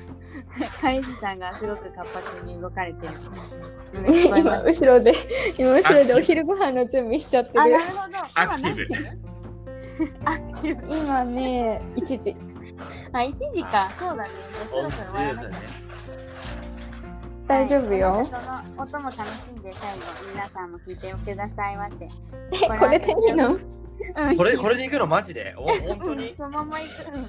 B: 彼氏さんがすごく活発に動かれてるので聞こえま
A: 今
B: す。
A: 後ろで今後ろでお昼ご飯の準備しちゃって
B: あ、
A: る
B: なるほど。
C: アクティブ
B: 今何時アクティブ。
A: 今ね1時
B: あ、1時か。そうだね。じゃあそろそろ終わらなきゃ
C: ね。
A: 大丈夫
B: はい
A: よ
B: その音も楽しんで最後、皆さんも聞いてくださいませ。
A: えこれでいいの
B: うん
C: これ、これでいくの、マジで。お、本当
B: うん
C: に。
B: そのまま行く。うん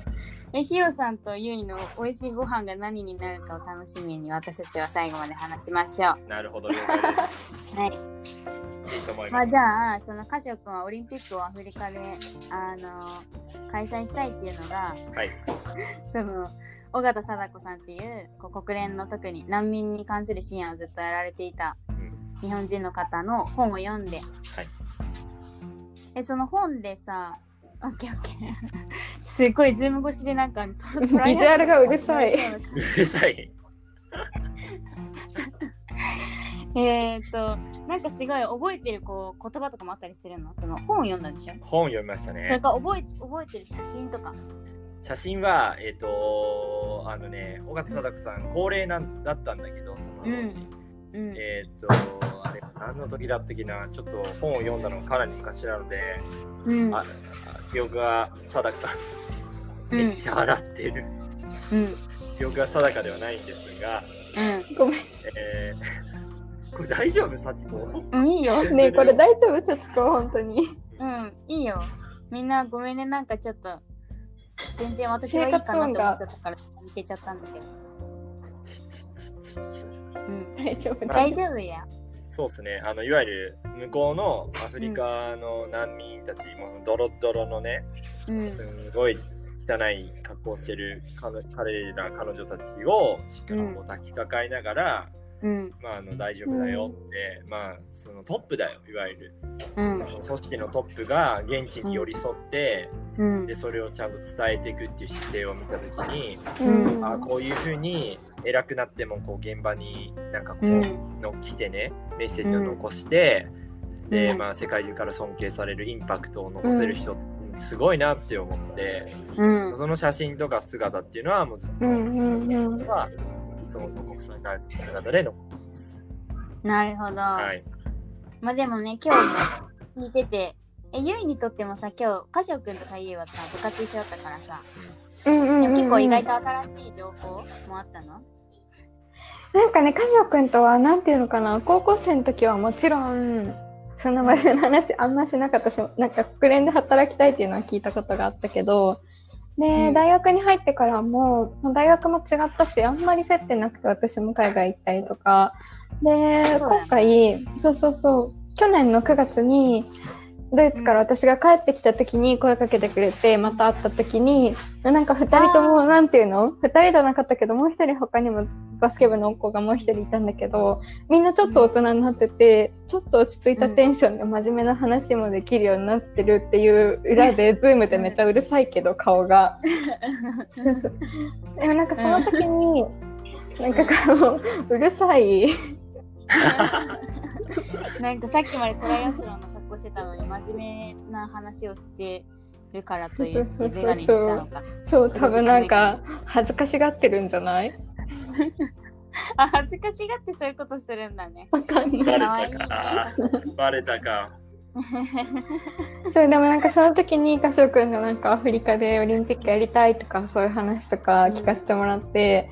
B: え、ヒロさんとユイの美味しいご飯が何になるかを楽しみに私たちは最後まで話しましょう。
C: なるほど、了解です。
B: はい。
C: いいと思い
B: ま
C: ま
B: あ
C: す
B: じゃあ、そのカショ君はオリンピックをアフリカで、あの開催したいっていうのが、
C: はい。
B: その、尾形貞子さんっていうこう国連の特に難民に関する支援をずっとやられていた
C: うん
B: 日本人の方の本を読んで、えその本でさオッケーオッケーすっごいズー ム越しでなんかトトライアル
A: ビジュアル がうるさい
C: うんうるさい。
B: えーっとなんかすごい覚えてるこう言葉とかもあったりするのその本を読んだんでしょ
C: 本読みました
B: なん
C: ね。
B: か覚え覚えてる写真とか
C: 写真は、えっ、と、あのね、尾形貞子さん、高齢なんだったんだけど、その当時。
B: うん
C: えっ、と、あれ、何の時だったっけな、ちょっと本を読んだのはかなり昔なので、
B: うん
C: あ記憶が定か、
B: うん
C: めっちゃ笑ってる。
B: うん
C: 記憶が定かではないんですが、
A: ごめ
C: えーこれ大丈夫幸子
B: うん。いいよ。
A: ん。ねえこれ大丈夫さつこ本当に。
B: うん。いいよ。みんなごめんね。なんかちょっと、全然私はいいかなと思っちゃったから、見てちゃったんだけど。うん。
A: 大丈夫
B: 大丈夫や。
C: そうですねあのいわゆる向こうのアフリカの難民たち、もうドロッドロのね
B: うん。
C: すごい汚い格好をしてる彼彼ら彼女たちをしっかりこう抱きかかえながら、
B: うん。
C: まあ、あの大丈夫だよって、まあそのトップだよいわゆる、
B: うん。
C: 組織のトップが現地に寄り添って、
B: うん
C: で。それをちゃんと伝えていくっていう姿勢を見た時に、
A: うん。
C: あこういうふうに偉くなってもこう現場になんかこ
B: う
C: う、
B: ん。
C: の来てねメッセージを残して、で、
B: うん
C: まあ、世界中から尊敬されるインパクトを残せる人、すごいなって思って。
B: うん。
C: その写真とか姿っていうのはもうずっと、
A: うんうんうん
C: はいつもの国際開発の姿で残ってます。
B: なるほど。
C: はい。
B: まあでもね、今日も聞いてて、え、ゆいにとってもさ、今日、カシオくんとさ、ゆいはさ、部活一緒だったからさ、
A: うんうんう
B: で
A: んう
B: も
A: ん
B: 結構意外と新しい情報もあったの
A: なんかね、カジオ君とは、なんていうのかな、高校生の時はもちろん、そんな場所の話あんましなかったし、なんか国連で働きたいっていうのは聞いたことがあったけど、で、
B: うん
A: 大学に入ってからも、もう大学も違ったし、あんまり接点なくて私も海外行ったりとか、で、
B: そうだね
A: 今回、そうそうそう、去年の9月に、ドイツから私が帰ってきた時に声かけてくれて、また会った時に、なんか二人とも、なんていうの二人じゃなかったけど、もう一人他にもバスケ部の子がもう一人いたんだけど、みんなちょっと大人になってて、ちょっと落ち着いたテンションで真面目な話もできるようになってるっていう裏で、ズームでめっちゃうるさいけど、顔 が。そうそうでもなんかその時に、なんかこう、うるさい。
B: なんかさっきまでトライアスロンの格好してたのに真面目な話をしてるからといって
A: そうそうそうそう
B: メガネにしたのか。
A: そう、多分なんか、恥ずかしがってるんじゃない
B: あ、恥ずかしがってそういうことするんだね。
A: わかんない。
C: バレたか。バレたか。
A: そう、でもなんかその時に、カシオくんがなんかアフリカでオリンピックやりたいとか、そういう話とか聞かせてもらって、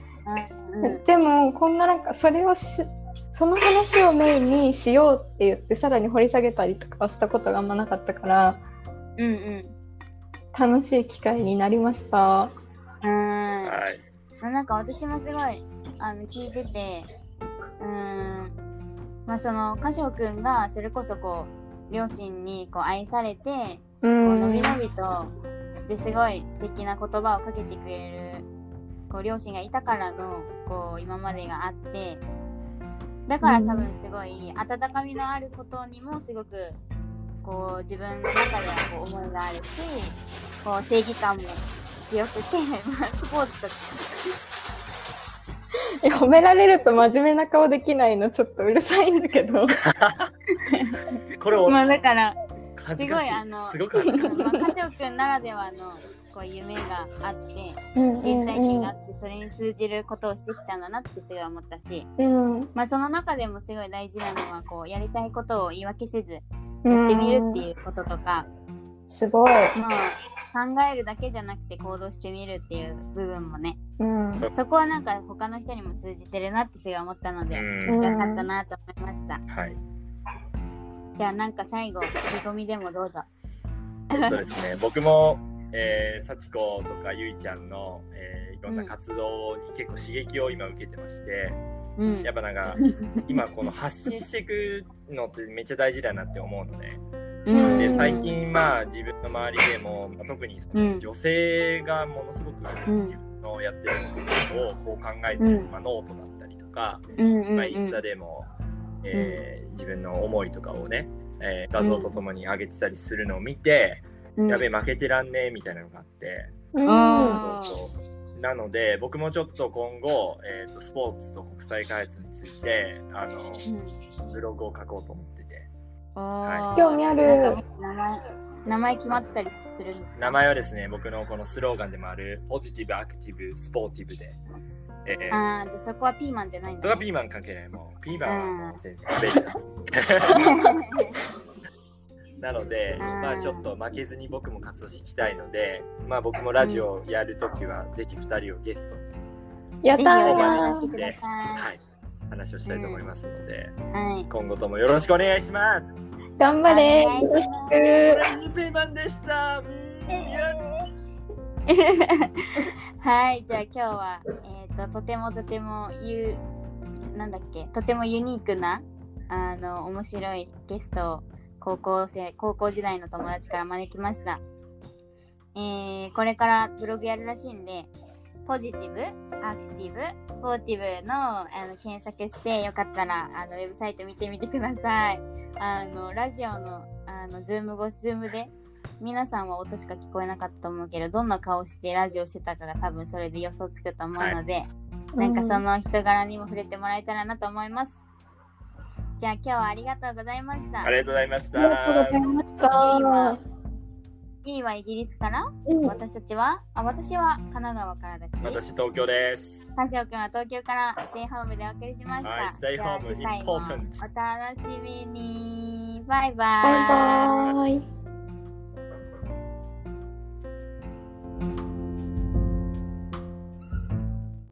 B: うん
A: でもこんななんかそれをしその話をメインにしようって言ってさらに掘り下げたりとかはしたことがあんまなかったから
B: うん
A: 楽しい機会になりました。
B: うん。うん
C: はい。
B: まあなんか私もすごいあの聞いててうーんまあその歌唱くんがそれこそこう両親にこう愛されて
A: う、
B: こうんのびのびとしてすごい素敵な言葉をかけてくれるこう両親がいたからのこう今までがあってだから多分すごい温かみのあることにもすごくこう自分の中ではこう思いがあるしこう正義感も強くて、 まあ、スポーツとか
A: え褒められると真面目な顔できないのちょっとうるさいんだけど
C: これ、お
B: まあだから、
C: 恥ずかしい。
B: すごいあの
C: すごく恥ずかしい。
B: まあ、カシオくんならではのこう夢があって、
A: うん
B: 現体験があって、それに通じることをしてきたんだなってすごい思ったし、
A: うんうん
B: まあその中でもすごい大事なのは、こう、やりたいことを言い訳せず、やってみるって
A: う
B: いうこととか、
A: んすごい、
B: まあ、考えるだけじゃなくて行動してみるっていう部分もね、
A: うん、
C: そう
B: そこはなんか他の人にも通じてるなってすごい思ったので、
C: う
B: よ
A: ん
B: かったなと思いました。
C: ん。はい。
B: じゃあなんか最後、意気込みでもどうぞ。
C: そうで すね。僕も、えー、幸子とかゆいちゃんの、えーいろんな活動に結構刺激を今受けてまして、
B: うん
C: や。っぱな んか、今この発信していくのってめっちゃ大事だなって思うので、
A: うん
C: で最近まあ自分の周りでも、まあ特にそ
B: うん
C: の女性がものすご
B: う
C: く
B: ん
C: 自分のやってることをこう考えて
B: うん
C: まあ、ノートだったりとか、
B: うんうんうん
C: まあ、インスタでも、えー自分の思いとかをね、えー画像とともに上げてたりするのを見て、
B: うん
C: やべえ負けてらんねえみたいなのがあって、
A: うん
B: あ
C: そうそうなので僕もちょっと今後、えー、とスポーツと国際開発についてあのブログを書こうと思ってて
B: あー
A: 興味ある
B: なんか名前名前決まってたりするんですか
C: 名前はですね僕のこのスローガンでもあるポジティブアクティブスポーティブで、えー、
B: ああじゃあそこはピーマンじゃないん
C: 僕
B: だ、
C: は
B: ね、
C: ピーマン関係ないもうピーマンはもう全然食べる なので、
B: うん
C: まあちょっと負けずに僕も活動していきたいので、まあ僕もラジオやるときは、ぜひ2人をゲストに
A: やった
B: ぜひお
C: ー
B: 邪魔
A: ー
B: してくださ
C: はい、話をしたいと思いますので、
B: い。はい。
C: 今後ともよろしくお願いします。
A: 頑張れ
B: お願い
A: よろし
B: します
A: く
C: ラジペイマンでした。うんいや
B: はい、じゃあ今日は、えー、ととてもとてもゆなんだっけとてもユニークなあの面白いゲストを高校生高校時代の友達から招きました、えーこれからブログやるらしいんでポジティブアクティブスポーティブのあの検索してよかったらあのウェブサイト見てみてくださいあのラジオのあのズーム越しズームで皆さんは音しか聞こえなかったと思うけどどんな顔してラジオしてたかが多分それで予想つくと思うので、なんかその人柄にも触れてもらえたらなと思います。じゃあ今日はありがとうございました
C: あ。りがとうございまし
A: ありがとうござ
C: た
A: い。ました
B: 次はイギリスから、
A: うん
B: 私たちは、あ、私は神奈川からですね。
C: 私東京です。
B: カシオくんは東京からステイホームでお送りしました。
C: はいステイホーム
B: じゃあ次回も
C: important
B: お楽しみに。バイバイ。
A: バイバーイ